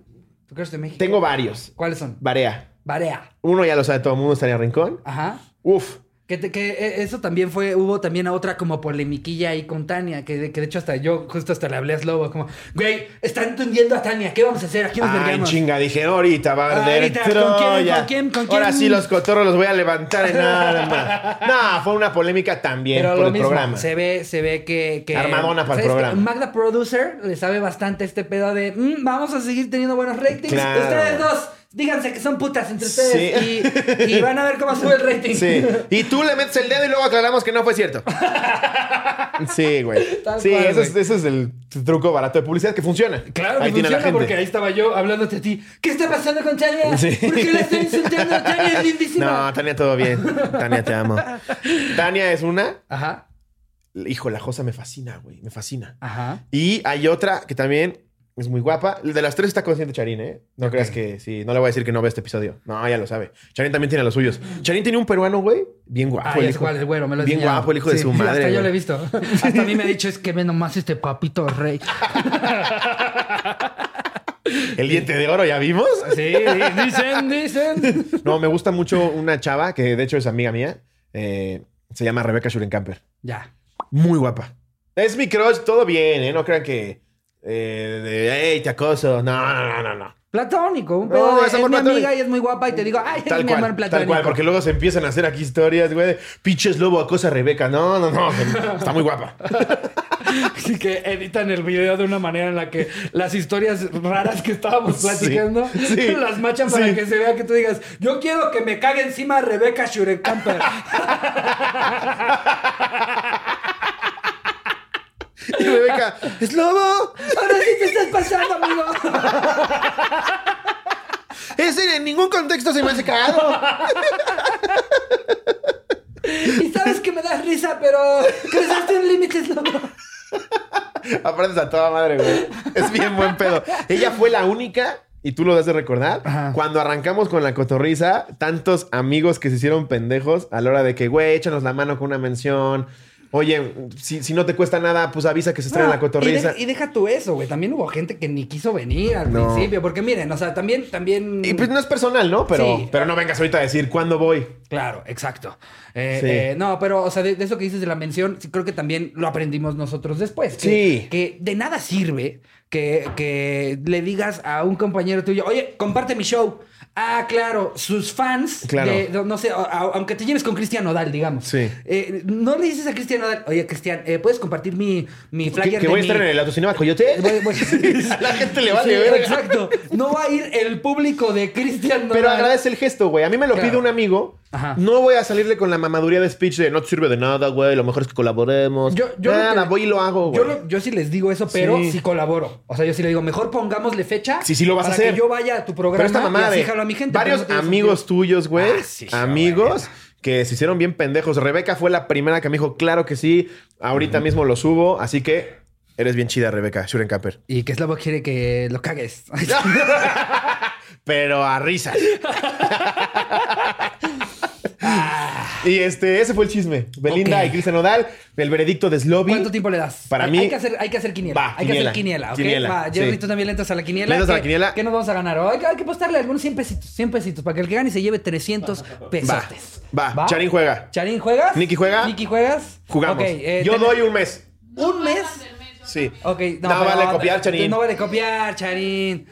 ¿Tu crush de México? Tengo varios. ¿Cuáles son? Varea. Varea. Uno ya lo sabe todo el mundo, estaría rincón. Ajá. Uf. Que, te- que eh, eso también fue, hubo también otra como polemiquilla ahí con Tania, que de, que de hecho hasta yo, justo hasta le hablé a Slobo, como, güey, están tundiendo a Tania, ¿qué vamos a hacer? Aquí nos Ay, vergamos. chinga, dije, ahorita va a arder Ahorita, ¿con Troya. quién, con quién, con Ahora quién? sí los cotorros los voy a levantar en nada <laughs> más. No, fue una polémica también Pero por lo el mismo, programa. se ve, se ve que... que- Armadona para ¿sabes el programa. qué? Magda Producer le sabe bastante este pedo de, "Mm, vamos a seguir teniendo buenos ratings. Claro. Ustedes dos, díganse que son putas entre ustedes Sí. y, y van a ver cómo sube <laughs> el rating. Sí. Y tú le metes el dedo y luego aclaramos que no fue cierto. Sí, güey. Tal Sí, cual, ese es, güey. ese es el truco barato de publicidad que funciona. Claro que Ahí tiene funciona a la gente. porque ahí estaba yo hablándote a ti. ¿Qué está pasando con Tania? Sí. ¿Por qué la están insultando? Tania es lindísima. <laughs> No, Tania, todo bien. Tania, <laughs> te amo. Tania es una. Ajá, Hijo, la Josa me fascina, güey. Me fascina. ajá. Y hay otra que también es muy guapa. De las tres está consciente Charín, ¿eh? No creas que sí. No le voy a decir que no vea este episodio. No, ya lo sabe. Charín también tiene los suyos. Charín tiene un peruano, güey. Bien guapo. Ah, el ya sé hijo. cuál, el güero, me lo ha Bien enseñado. guapo el hijo de Sí, su madre. Hasta yo güey. lo he <laughs> visto. Hasta a mí me ha dicho, es que ve nomás este papito rey. El diente de oro, ¿ya vimos? Sí, <laughs> dicen, dicen. No, me gusta mucho una chava que de hecho es amiga mía. Eh, se llama Rebeca Schurenkamper. Ya. Muy guapa. Es mi crush, todo bien, ¿eh? No crean que. Eh, de, "Ey, te acoso. No, no, no, no, no. Platónico, un No, pedo. de, es es amor mi platónico. amiga y es muy guapa y te digo, ay, es Tal mi amor cual, platónico. tal cual, <laughs> porque luego se empiezan a hacer aquí historias, güey. de, Pinches lobo acosa a Rebeca. No, no, no. <laughs> Está muy guapa. Así que editan el video de una manera en la que las historias raras que estábamos Sí, platicando sí, las machan para sí. que se vea que tú digas, yo quiero que me cague encima Rebeca <laughs> Shurekamper. Y Rebeca, ¡es lobo! Ahora sí te estás pasando, amigo. <laughs> Ese en ningún contexto se me hace cagado. Y sabes que me das risa, pero cruzaste un límite, loco. Aprendes a toda madre, güey. Es bien buen pedo. Ella fue la única, y tú lo das de recordar, Ajá. cuando arrancamos con la cotorriza, tantos amigos que se hicieron pendejos a la hora de que, güey, échanos la mano con una mención. Oye, si, si no te cuesta nada, pues avisa que se estrena No, la cotorriza. Y, de- y deja tú eso, güey. También hubo gente que ni quiso venir al No. principio. Porque miren, o sea, también, también. Y pues no es personal, ¿no? Pero, Sí. pero no vengas ahorita a decir cuándo voy. Claro, exacto. Eh, Sí. eh, no, pero, o sea, de, de eso que dices de la mención, sí, creo que también lo aprendimos nosotros después. que- Sí. Que de nada sirve que, que le digas a un compañero tuyo, oye, comparte mi show. Ah, claro, sus fans, Claro. de- no sé, a- a- aunque te lleves con Cristian Odal, digamos. Sí. Eh, no le dices a Cristian Odal, oye, Cristian, eh, ¿puedes compartir mi, mi Que, flyer que de voy a mi- estar en el autocinema Coyote. Voy- voy- <laughs> A la gente le vale Sí, verga. Exacto. No va a ir el público de Cristian Nodal. Pero agradece el gesto, güey. A mí me lo Claro. pide un amigo. Ajá. No voy a salirle con la mamaduría de speech de no te sirve de nada, güey. Lo mejor es que colaboremos. Yo, yo lo nada, que- voy y lo hago, Yo, güey. lo- yo sí les digo eso, pero Sí. sí. colaboro. O sea, yo sí le digo, mejor pongámosle fecha. Sí, sí lo vas a para hacer. que yo vaya a tu programa Pero esta y mamada así de jalo a mi gente. varios pero no tiene amigos sentido. tuyos, güey. Ah, sí, amigos que se hicieron bien pendejos. Rebeca fue la primera que me dijo, claro que sí. Ahorita mismo lo subo. Así que eres bien chida, Rebeca. Shuren Camper. Y que Slavo quiere que lo <laughs> cagues. <laughs> Pero a risas. <laughs> y este, ese fue el chisme. Belinda Ok. y Cristian Odal, el veredicto de Slobby. ¿Cuánto tiempo le das? Para hay, mí- Hay que hacer, hay que hacer quiniela. Va, hay que quiniela. hacer quiniela, ¿ok? Quiniela, Va, Jerry, sí. tú también le entras a la quiniela. Le entras a la ¿Qué- quiniela? ¿Qué nos vamos a ganar? Oh, Hay que, hay que apostarle algunos 100 pesitos, 100 pesitos, para que el que gane se lleve 300 pesotes. va. Charín juega. ¿Charín juegas? Nicky juega. ¿Nicky juegas? Jugamos. Ok, eh, Yo ten- doy un mes. un mes. Sí. Ok, No pero- vale copiar, Charín. No vale copiar, Charín.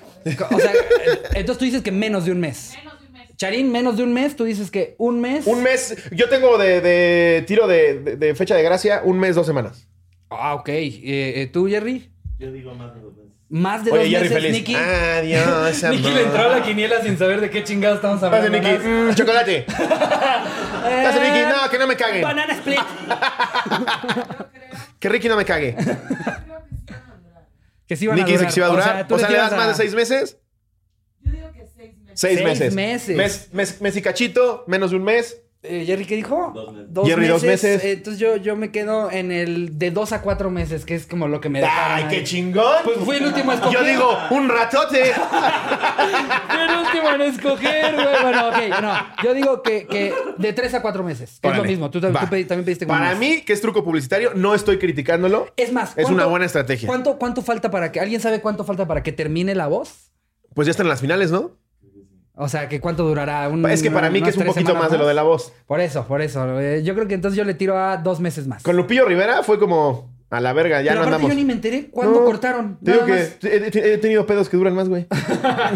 O sea, <laughs> eh, entonces tú dices que menos de un mes. Menos de un mes. Charín, menos de un mes, tú dices que un mes. Un mes. Yo tengo de, de tiro de, de- de fecha de gracia un mes, dos semanas. Ah, ok. Eh, eh, ¿Tú, Jerry? Yo digo más de dos veces. Más de Oye, dos Jerry meses, feliz. Ah, <laughs> Nicky. Adiós, amor. Nicky le entró a la quiniela sin saber de qué chingados estamos Pase, hablando. Nicky. ¿no? Mm, chocolate. Pase, Nicky. No, que no me caguen. Eh, Banana split. Yo creo, Que Ricky no me cague. yo creo que sí van a durar. que sí van a Nicky dice que sí va a durar. O sea, tú le tienes das más a- de seis meses. Yo digo que seis meses. Seis, Seis meses. meses. Mes, mes, mes y cachito, menos de un mes. Eh, Jerry, ¿qué dijo? Dos meses. Jerry, dos meses. Eh, entonces yo, yo me quedo en el de dos a cuatro meses, que es como lo que me da. ¡Ay, qué chingón! Pues fui el último a escoger. Yo digo, un <laughs> ratote. Fui el último en escoger, güey. Bueno, ok, no. Yo digo que, que de tres a cuatro meses. que es lo Órale, mismo. Tú, tam- va. tú pedi- también pediste como Para un mes. mí, que es truco publicitario, no estoy criticándolo. Es más, Es una ¿cuánto- buena estrategia. ¿cuánto, ¿Cuánto falta para que. ¿Alguien sabe cuánto falta para que termine la voz? Pues ya están las finales, ¿no? O sea, que cuánto durará un. Es que para mí que Mm, unas es un tres poquito semanas más de lo de la voz. Por eso, por eso. Eh, Yo creo que entonces yo le tiro a dos meses más. Con Lupillo Rivera fue como a la verga, ya Pero no aparte andamos. yo ni me enteré cuándo No, cortaron. Te digo nada que más. he, he- he tenido pedos que duran <laughs> más, güey.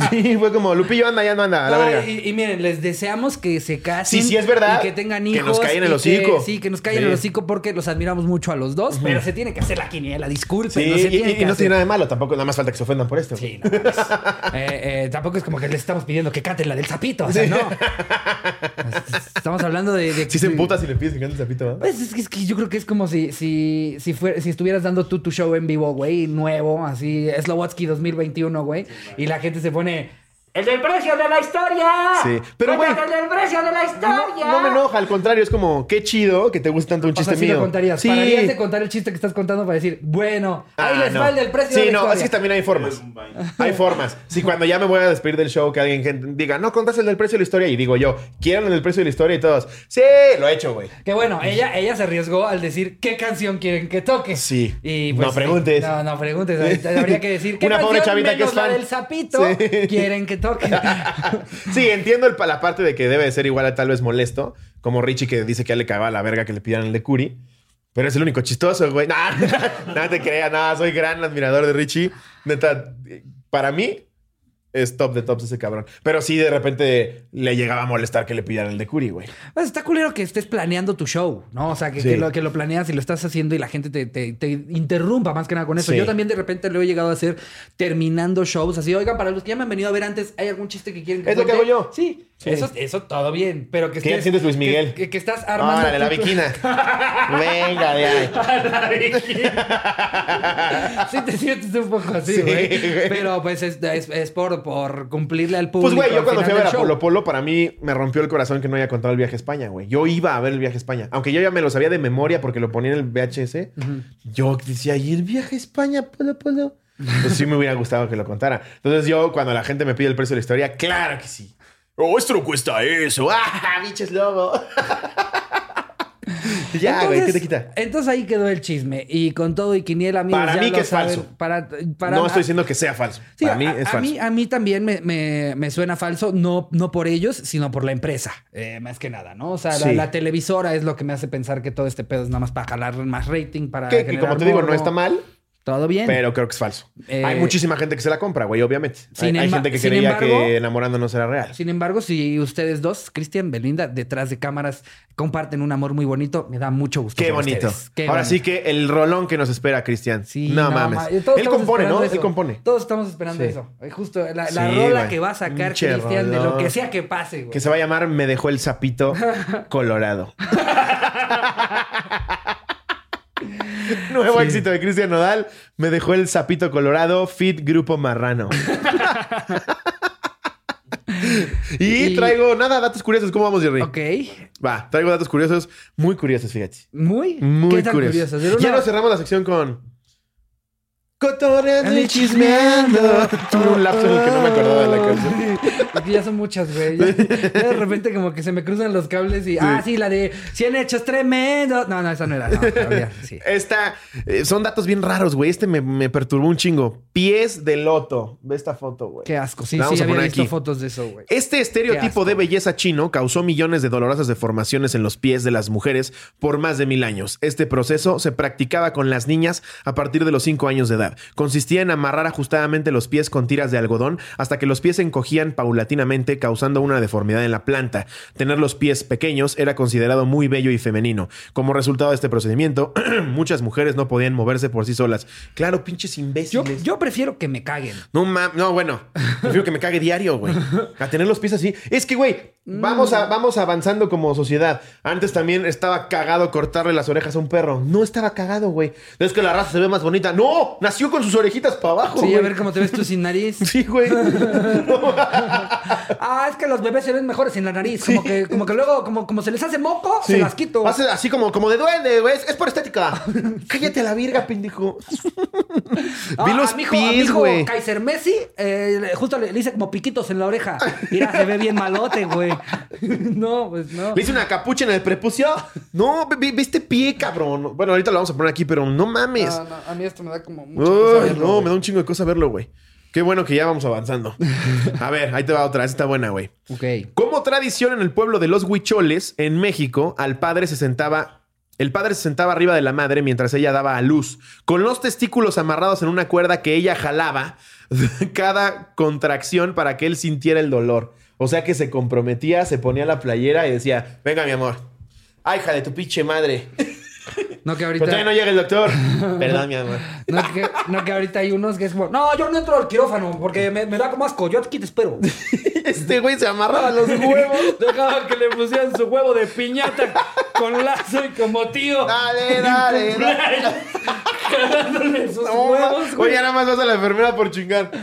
sí, fue como Lupillo anda, ya no anda, a la No, verga. y, y miren, les deseamos que se casen. Sí, sí, es Y verdad. que tengan Que hijos. nos caigan en y el hocico. que- sí, que nos caigan en Sí. el hocico porque los admiramos mucho a los dos. Pero se tiene que hacer la quiniela, disculpen. Sí, no se y- y, tiene y que no hacer. tiene nada de malo, tampoco nada más falta que se ofendan por esto. güey. Sí, no mames. Eh, eh, tampoco es como que le estamos pidiendo que canten la del sapito, o sea, <laughs> no. Estamos hablando de... de Sí se emputa si le pides que cante el zapito, ¿verdad? Pues es que, es que yo creo que es como si, si, si, fuera- si estuvieras dando tú tu show en vivo, güey, nuevo, así, Slowatsky 2021, güey, y la gente se pone... ¡El del precio de la historia! Sí, pero, güey, ¡El del precio de la No, historia! no me enoja, al contrario, es como, qué chido que te guste tanto un O chiste sea, sí mío. lo contarías. Sí. Pararías de contar el chiste que estás contando para decir, bueno, ahí Ah, les no. va el del precio de Sí, la no, historia. es que también hay formas. Hay formas. Si cuando ya me voy a despedir del show, que alguien que diga, no contaste el del precio de la historia, y digo yo, ¿quieren el del precio de la historia? Y todos, sí, lo he hecho, güey. Que bueno, ella, ella se arriesgó al decir qué canción quieren que toque. Sí. Y pues, No preguntes. No, no preguntes. Ahorita Habría que <laughs> decir qué Una pobre canción chavita que menos es la fan. del sapito Sí. quieren que toque. <laughs> Sí, entiendo el pa- la parte de que debe de ser igual a tal vez molesto, como Richie que dice que ya le cagaba la verga que le pidieran el de Curi. Pero es el único chistoso, güey. <laughs> Nah, no te creas, nada, soy gran admirador de Richie. Neta, eh, para mí es top de tops ese cabrón. Pero sí, de repente le llegaba a molestar que le pidieran el de Curi, güey. Pues está culero que estés planeando tu show, ¿no? O sea, que, Sí. que lo, que lo planeas y lo estás haciendo y la gente te, te- te interrumpa más que nada con eso. Sí. Yo también de repente lo he llegado a hacer terminando shows así. Oigan, para los que ya me han venido a ver antes, ¿hay algún chiste que quieren que Es lo que cuente?" hago yo. Sí, Eso, eso todo bien. Pero que Que ya estés- sientes Luis Que, Miguel. que- que estás armando... Órale, la tu- <laughs> viquina. Venga, de ahí. Sí, te sientes un poco así, Sí, güey. güey. Pero pues es, es- es por, por cumplirle al público. Pues, güey, yo al cuando fui a final ver a del show. Polo Polo, para mí me rompió el corazón que no haya contado el viaje a España, güey. Yo iba a ver el viaje a España. Aunque yo ya me lo sabía de memoria porque lo ponía en el VHS. Yo decía, ¿y el viaje a España, Polo Polo? Pues sí me hubiera gustado que lo contara. Entonces yo, cuando la gente me pide el precio de la historia, claro que sí. Oh, esto no cuesta eso. <laughs> ¡Ah, biches lobo! <laughs> ya, güey, ¿qué te quita? Entonces ahí quedó el chisme. Y con todo y Quiniela, amigos, Para ya mí lo que es saben. falso. Para, para- no estoy diciendo que sea falso. Sí, para mí a, es a falso. mí, a mí también me, me- me suena falso, no, no por ellos, sino por la empresa, eh, más que nada, ¿no? O sea, la, Sí. la televisora es lo que me hace pensar que todo este pedo es nada más para jalar más rating, para... Que- que generar como te digo, no morbo. está mal. Todo bien. Pero creo que es falso. Eh, hay muchísima gente que se la compra, güey, obviamente. sin hay, hay emba- gente que sin creía embargo- que enamorándonos era real. Sin embargo, si ustedes dos, Cristian, Belinda, detrás de cámaras, comparten un amor muy bonito, me da mucho gusto. Qué por bonito. ustedes. Qué Ahora bonito. sí que el rolón que nos espera, Cristian. Sí, no, ma- mames. todos Él estamos compone, ¿no? esperando Él eso. compone. Todos estamos esperando Sí. eso. Eh, Justo la, la Sí, rola güey. que va a sacar Pinche Cristian de lo rolón. que sea que pase, güey. Que se va a llamar Me dejó el <laughs> sapito colorado. Nuevo éxito de Cristian Nodal. Me dejó el sapito colorado. Fit <laughs> Grupo Marrano. <laughs> y, Y- traigo, nada, datos curiosos. ¿Cómo vamos, Jerry? Ok. Va, traigo datos curiosos. Muy curiosos, fíjate. Muy, Muy ¿qué tan curioso. curioso? Ya Una- nos cerramos la sección con. Cotorreando y y chismeando. Tuve un lapso en el que no me acordaba de la canción. Es que ya son muchas, güey. Ya, ya de repente como que se me cruzan los cables y... Ah, sí, la de 100 hechos tremendos. No, no, esa no era. No, todavía, sí. Esta, eh, son datos bien raros, güey. Este me, me perturbó un chingo. Pies de loto. Ve esta foto, güey. Qué asco. Sí, La vamos sí, a había poner visto aquí. fotos de eso, güey. Este Qué asco. estereotipo de belleza chino causó millones de dolorosas deformaciones en los pies de las mujeres por más de mil años. Este proceso se practicaba con las niñas a partir de los cinco años de edad. Consistía en amarrar ajustadamente los pies con tiras de algodón hasta que los pies se encogían paulatinamente causando una deformidad en la planta. Tener los pies pequeños era considerado muy bello y femenino. Como resultado de este procedimiento, <clears throat> muchas mujeres no podían moverse por sí solas. Claro, pinches Yo, imbéciles. yo prefiero que me caguen. No mames, no, bueno, prefiero que me cague diario, güey. A tener los pies así. Es que, güey, vamos, Mm. a, vamos avanzando como sociedad. Antes también estaba cagado cortarle las orejas a un perro. No estaba cagado, güey. Es que la raza se ve más bonita. ¡No! Nació con sus orejitas para abajo. Sí, a güey. ver cómo te ves tú sin nariz. <laughs> Sí, <laughs> güey. Ah, es que los bebés se ven mejores sin la nariz. Como, que, como que luego, como, como se les hace moco, se Sí. las quito. Hace así como, como de duende, güey. Es, es por estética. Cállate a la virga, pendejo. Ah, Vi los a mi hijo- a mi pies, hijo güey. Kaiser Messi, eh, le- justo le, le hice como piquitos en la oreja. Mira, se ve bien malote, güey. <laughs> No, pues no. Le hice una capucha en el prepucio. No, vi- vi- viste pie, cabrón. Bueno, ahorita lo vamos a poner aquí, pero no mames. No, no, a mí esto me da como mucho. Uy, no, me da un chingo de cosa verlo, güey. Qué bueno que ya vamos avanzando. A ver, ahí te va otra. Esta está buena, güey. Ok. Como tradición en el pueblo de los huicholes, en México, al padre se sentaba. El padre se sentaba arriba de la madre mientras ella daba a luz, con los testículos amarrados en una cuerda que ella jalaba <laughs> cada contracción para que él sintiera el dolor. O sea que se comprometía, se ponía la playera y decía: Venga, mi amor. Ay, hija de tu pinche madre. No que Pero ahorita. todavía no llega el doctor. Perdón, mi amor. No que, no que ahorita hay unos que es como, no, yo no entro al quirófano porque me, me da como asco, yo aquí te <laughs> espero. <laughs> Este güey se amarraba los huevos. Dejaban que le pusieran su huevo de piñata con lazo y como tío. Dale, dale. dale. Jalándole sus No, huevos, güey. Oye, nada más vas a la enfermera por chingar. <laughs>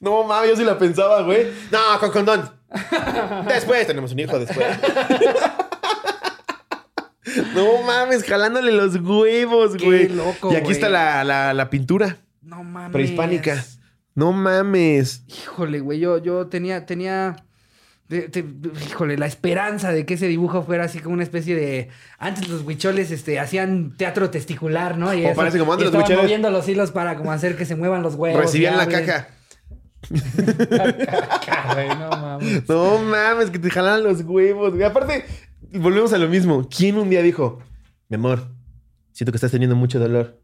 No, mami, yo sí la pensaba, güey. No, con condón. Después tenemos un <laughs> hijo, después. No mames, jalándole los huevos, Qué güey. loco, Y aquí güey. está la, la- la pintura No mames. prehispánica. No mames. Híjole, güey, yo, yo tenía, tenía, de- te- híjole, la esperanza de que ese dibujo fuera así como una especie de, antes los huicholes, este, hacían teatro testicular, ¿no? Y O parece como antes y los estaban huicholes. moviendo los hilos para como hacer que se muevan los huevos. Recibían y la hablen. caja. Caca, <laughs> güey, no mames. <laughs> No mames, que te jalan los huevos. güey. Aparte, volvemos a lo mismo. ¿Quién un día dijo, mi amor, siento que estás teniendo mucho dolor?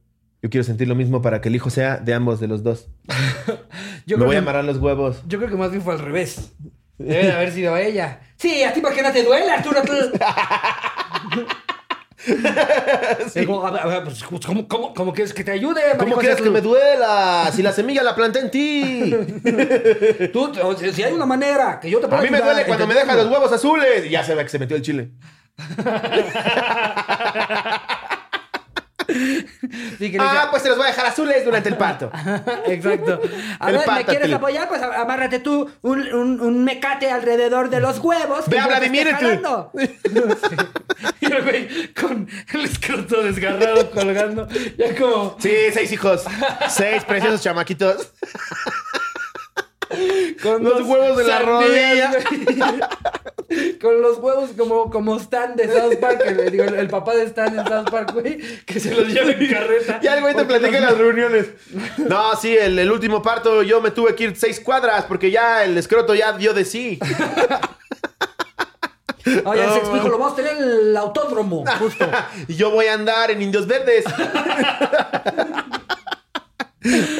Yo quiero sentir lo mismo para que el hijo sea de ambos, de los dos. Yo Me creo voy a que- amarrar los huevos. Yo creo que más bien fue al revés. Debe de haber sido ella. Sí, a ti para que no te duele, Arturo. <laughs> tú. Es como, a ver, a ver, pues, ¿cómo- cómo, cómo quieres que te ayude, ¿Cómo marico? quieres O sea, que me duela? Si la semilla la planté <laughs> en ti. Tú, o sea, si hay una manera que yo te A pueda mí me ayudar, duele cuando me entendiendo. dejan los huevos azules. Y ya se ve que se metió el chile. Sí, que le Ah, diga- pues se los voy a dejar azules durante <laughs> el parto. Exacto. A Ah. El ver, ¿me pata, quieres tele. apoyar? Pues a- amárrate tú un, un- un mecate alrededor de los huevos. Ve, que yo habla te de mí, esté Nete. jalando. <laughs> Y el güey con el escroto desgarrado colgando. Ya como, Sí, seis hijos. Seis preciosos chamaquitos. con Los dos huevos de la rodilla. sardillas, güey. <laughs> Con los huevos como, como Stan de South Park. El, digo, el- el papá de Stan en South Park, güey. Que se los lleva en carreta. Ya el güey te platica en las reuniones. No, sí, el, el último parto yo me tuve que ir seis cuadras porque ya el escroto ya dio de sí. Oye, No, ese explico, man. lo vamos a tener en el autódromo, justo. Y yo voy a andar en <laughs> indios verdes.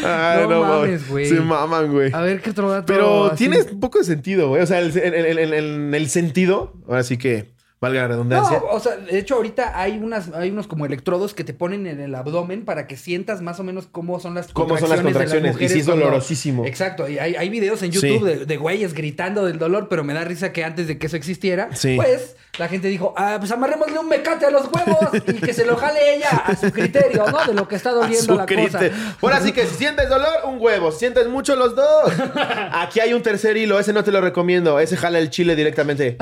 Ay, No mames, mames. güey. Se maman, güey. <laughs> A ver qué otro dato. Pero así? tienes un poco de sentido, güey. O sea, en el, el- el- el- el sentido, ahora sí que valga la redundancia. No, o sea, de hecho ahorita hay unas, hay unos como electrodos que te ponen en el abdomen para que sientas más o menos cómo son las Cómo son las de contracciones, y mujeres sí es cuando- dolorosísimo. Exacto, y hay, hay videos en YouTube Sí. de, de güeyes gritando del dolor, pero me da risa que antes de que eso existiera, Sí. pues la gente dijo, ah, pues amarrémosle un mecate a los huevos y que se lo jale ella a su criterio, ¿no? De lo que está A doliendo su la criterio. cosa. Ahora sí que si sientes dolor, un huevo. Si sientes mucho, <laughs> los dos. Aquí hay un tercer hilo. Ese no te lo recomiendo. Ese jala el chile directamente.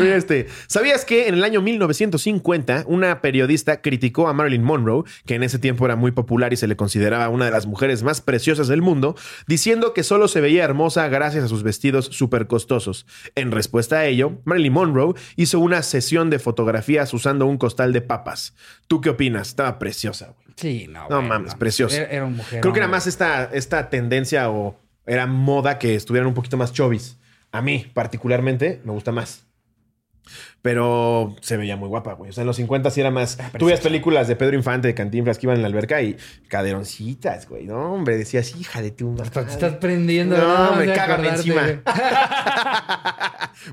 Mira este. ¿Sabías que en el año 1950 una periodista criticó a Marilyn Monroe, que en ese tiempo era muy popular y se le consideraba una de las mujeres más preciosas del mundo, diciendo que solo se veía hermosa gracias a sus vestidos súper costosos? En respuesta a ello, Marilyn Monroe hizo una sesión de fotografías usando un costal de papas. ¿Tú qué opinas? Estaba preciosa, güey. Sí, no. No güey, mames, precioso. Era, era un mujer. Creo que era hombre. más esta, esta tendencia o era moda que estuvieran un poquito más chovis. A mí, particularmente, me gusta más. Pero se veía muy guapa, güey. O sea, en los 50 Ah, sí era más. Tú veías películas de Pedro Infante, de Cantinflas que iban en la alberca y caderoncitas, güey. No, hombre, decías, hija de tu madre. Hasta te estás prendiendo. No, nada más me de cagan acordarte, encima. güey.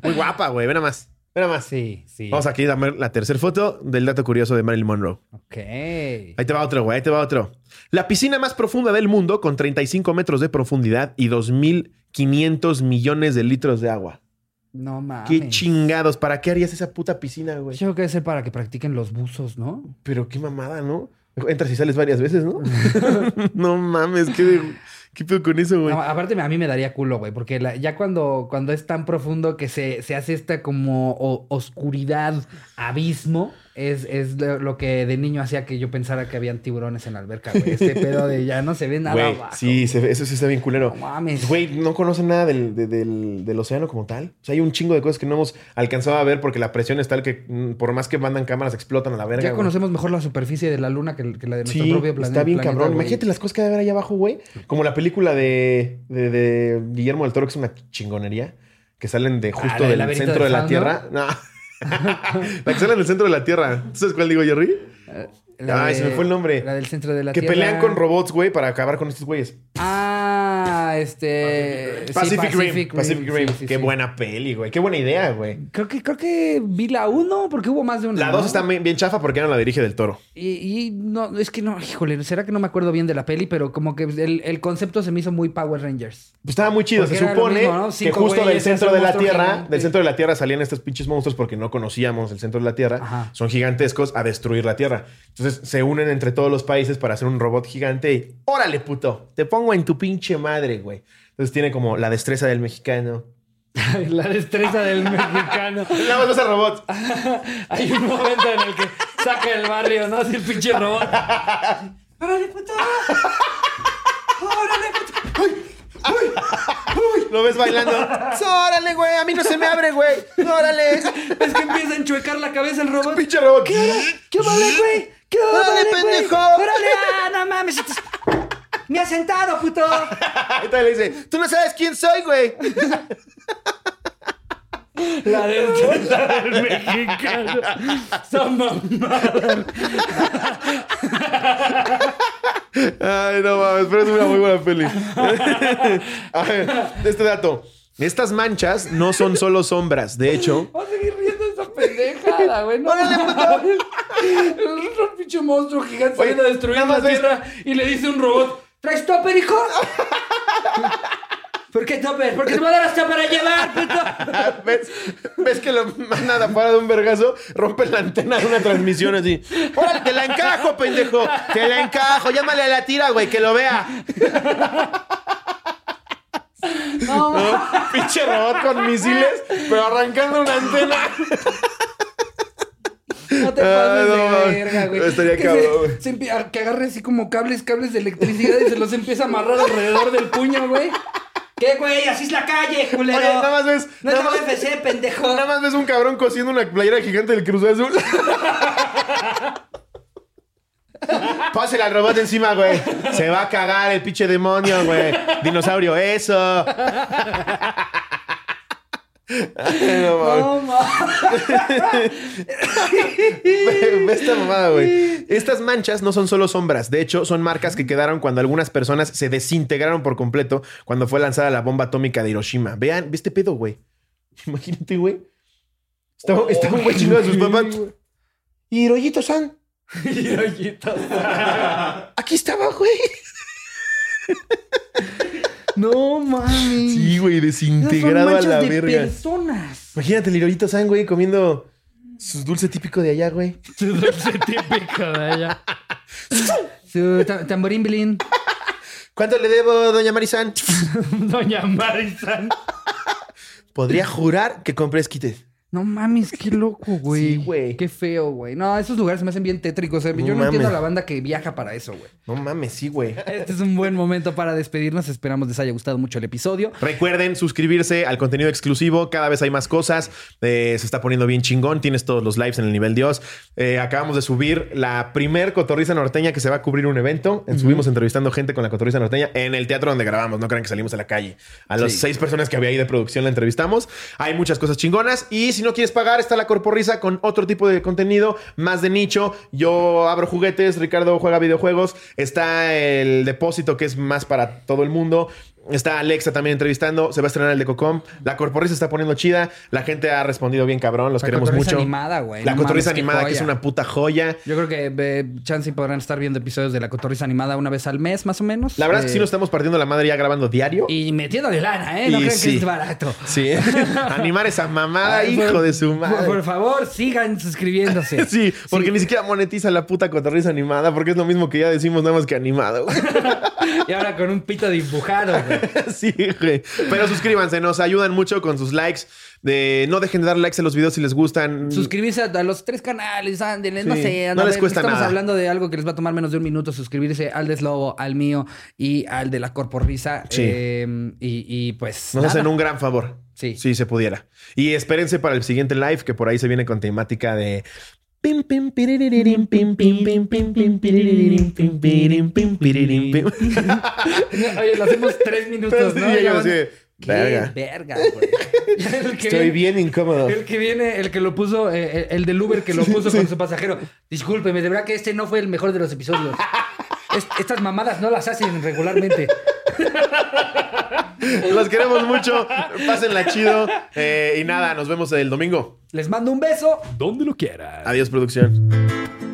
Muy guapa, güey. Ven a más. Ven a más. <laughs> Sí, sí. Vamos aquí a ver la tercera foto del dato curioso de Marilyn Monroe. Ok. Ahí te va otro, güey. Ahí te va otro. La piscina más profunda del mundo con 35 metros de profundidad y 2.500 millones de litros de agua. No mames. Pues Qué chingados. ¿Para qué harías esa puta piscina, güey? Yo creo que es para que practiquen los buzos, ¿no? Pero qué mamada, ¿no? Entras y sales varias <laughs> veces, ¿no? no mames, qué, de- qué pedo con eso, güey. No, aparte, a mí me daría culo, güey, porque la- ya cuando, cuando es tan profundo que se, se hace esta como o- oscuridad, abismo, es, es lo lo que de niño hacía que yo pensara que habían tiburones en la alberca, güey. Este <laughs> pedo de ya no se ve nada Güey, abajo. sí, se ve- eso sí está bien culero. No mames. Güey, no conocen nada del, de- del- del océano como tal. O sea, hay un chingo de cosas que no hemos alcanzado a ver porque la presión es tal que mm, por más que mandan cámaras explotan a la verga. Ya güey. conocemos mejor la superficie de la luna que, que la de nuestro Sí, propio planeta. está bien planeta, cabrón. güey. Imagínate las cosas que debe haber allá abajo, güey. Como la película de, de- de Guillermo del Toro, que es una chingonería, que salen de Ah, justo la del del laberinto centro de del la fauno. Tierra. No. <laughs> <laughs> la que salen del centro de la Tierra. ¿Tú sabes cuál digo, Jerry? La Ay, se me fue el nombre. La del centro de la que Tierra. eh, pelean con robots, güey, para acabar con estos güeyes. Ah, este. sí, Pacific, Rim. Pacific Rim. sí, sí, Qué sí. buena peli, güey. Qué buena idea, güey. Creo que, creo que vi la 1 porque hubo más de una. La dos ¿no? está bien bien chafa porque no la dirige del toro. Y, y no, es que no, híjole, será que no me acuerdo bien de la peli, pero como que el, el concepto se me hizo muy Power Rangers. Pues estaba muy chido. Porque se era lo supone mismo, ¿no? que Cinco justo del güeyes, centro hace de un la monstruo Tierra, gigante. del centro de la Tierra salían estos pinches monstruos porque no conocíamos el centro de la Tierra. Ajá. Son gigantescos a destruir la Tierra. Entonces se unen entre todos los países para hacer un robot gigante y órale, puto, te pongo en tu pinche madre, güey. Entonces tiene como la destreza del mexicano. La destreza del mexicano. Nada más vas al robot. Hay un momento en el que saca el barrio, ¿no? Así el pinche robot. <laughs> Lo ves bailando. "Pues órale, güey, a mí no se me abre, güey. <laughs> Órale. Es que empieza a enchuecar la cabeza el robot. pinche robot. <laughs> ¿Qué vale, güey? ¿Qué ¡Órale, vale, güey? pendejo! ¡Órale! ¡Ah, no mames! estás- ¡Me ha sentado, puto! Y todavía le dice, tú no sabes quién soy, güey. La <laughs> destreza del mexicano. Esa mamada. Ay, no mames, pero es una muy buena <laughs> peli. A ver, este dato. Estas manchas no son solo sombras. De hecho, Voy a seguir riendo de esa pendejada, güey. No, mames. Es un pinche monstruo gigante Oye, saliendo a destruir nada la más ves- tierra y le dice un robot. ¿Traes topper, hijo? ¿Por qué topper? Porque te voy a dar hasta para llevar, <laughs> puto. ¿ves, ves que lo mandan afuera de un vergazo, rompen la antena de una transmisión así. ¡Órale, te la encajo, pendejo! ¡Te la encajo! Llámale a la tira, güey, que lo vea. No, pinche robot con misiles, pero arrancando una antena. No te Ay, pases Ah, no de mames. verga, güey. Estaría que cabrón, se- güey. se empie- a- que agarre así como cables, cables de electricidad y se los empieza a amarrar alrededor del puño, güey. ¿Qué, güey? Así es la calle, culero. Oye, nada más ves- No nada es la más- UFC, pendejo. Nada más ves un cabrón cosiendo una playera gigante del Cruz Azul. Pásela al robot encima, güey. Se va a cagar el pinche demonio, güey. Dinosaurio, eso. Ay, no No, mames. ma- Ve ve esta mamada, güey. Estas manchas no son solo sombras. De hecho, son marcas que quedaron cuando algunas personas se desintegraron por completo cuando fue lanzada la bomba atómica de Hiroshima. Vean, ve este pedo, güey. <laughs> Imagínate, güey. Está, está un Oh, güey chino de sus papás. Hiroyito-san, Hiroyito. <laughs> aquí estaba, güey. <laughs> no mami. Sí, güey, Esas son desintegrado a manchas la de verga. personas. Imagínate el Hiroyito-san, güey, comiendo su dulce típico de allá, güey. Su dulce típico de allá. Su ta- tamborín bilín. ¿Cuánto le debo, doña Marisan? Doña Marisan. <laughs> Podría jurar que compré esquites. No mames, qué loco, güey. <laughs> Sí, güey. Qué feo, güey. No, esos lugares se me hacen bien tétricos. eh. Yo No no entiendo mames. a la banda que viaja para eso, güey. No mames, sí, güey. Este es un buen momento para despedirnos. Esperamos les haya gustado mucho el episodio. Recuerden suscribirse al contenido exclusivo. Cada vez hay más cosas. Eh, se está poniendo bien chingón. Tienes todos los lives en el nivel Dios. Eh, acabamos de subir la primer cotorriza norteña que se va a cubrir un evento. Subimos entrevistando gente con la cotorriza norteña en el teatro donde grabamos. No crean que salimos a la calle. A las seis personas que había ahí de producción la entrevistamos. Hay muchas cosas chingonas. Y si no quieres pagar, está la corporrisa con otro tipo de contenido más de nicho. Yo abro juguetes. Ricardo juega videojuegos. Está el depósito que es más para todo el mundo. Está Alexa también entrevistando. Se va a estrenar el de Cocom. La corporrisa está poniendo chida. La gente ha respondido bien cabrón. Los La queremos cotorriza mucho. animada, güey. La No cotorriza mames, qué animada, que es joya. una puta joya. Yo creo que eh, Chance y podrán estar viendo episodios de la cotorriza animada una vez al mes, más o menos. La verdad es que Eh, sí nos estamos partiendo la madre ya grabando diario. Y metiéndole lana, ¿eh? No Y crean sí. que es barato. <laughs> Sí. Animar esa mamada, Ay, hijo por- de su Por, por madre. favor, sigan suscribiéndose. <laughs> Sí, porque ni siquiera monetiza la <laughs> puta cotorriza animada, porque es lo mismo que ya decimos nada más que animado. güey. Y ahora con un pito dibujado, güey. sí, güey. Pero suscríbanse, nos ayudan mucho con sus likes. De, no dejen de dar likes a los videos si les gustan. Suscribirse a, a los tres canales, ándenle, no Mm. Sí, sé. no a les ver, cuesta Estamos nada. hablando de algo que les va a tomar menos de un minuto. Suscribirse al Deslobo, al mío y al de la Corporrisa. Sí. em, Eh, y, y, pues. Nos nada. hacen un gran favor. Sí. Si se pudiera. Y espérense para el siguiente live, que por ahí se viene con temática de. pim, pim, piriririm, pim, pim, pim, pim, pim, piriririm, pim, pirim, pim, piririm, pim. Oye, lo hacemos <laughs> tres Pero minutos, sí, ¿no? yo Ya van- así de, Qué Verga. verga, <laughs> güey. El que viene- Estoy bien incómodo. El que viene, el que lo puso, eh, eh, el del Uber <laughs> que lo puso con su pasajero. Discúlpeme, de verdad que este no fue el mejor de los episodios. <laughs> Es- estas mamadas no las hacen regularmente. Los queremos <laughs> mucho. Pásenla chido. Eh, y nada, nos vemos el domingo. Les mando un beso. Donde lo quieras. Adiós, producción.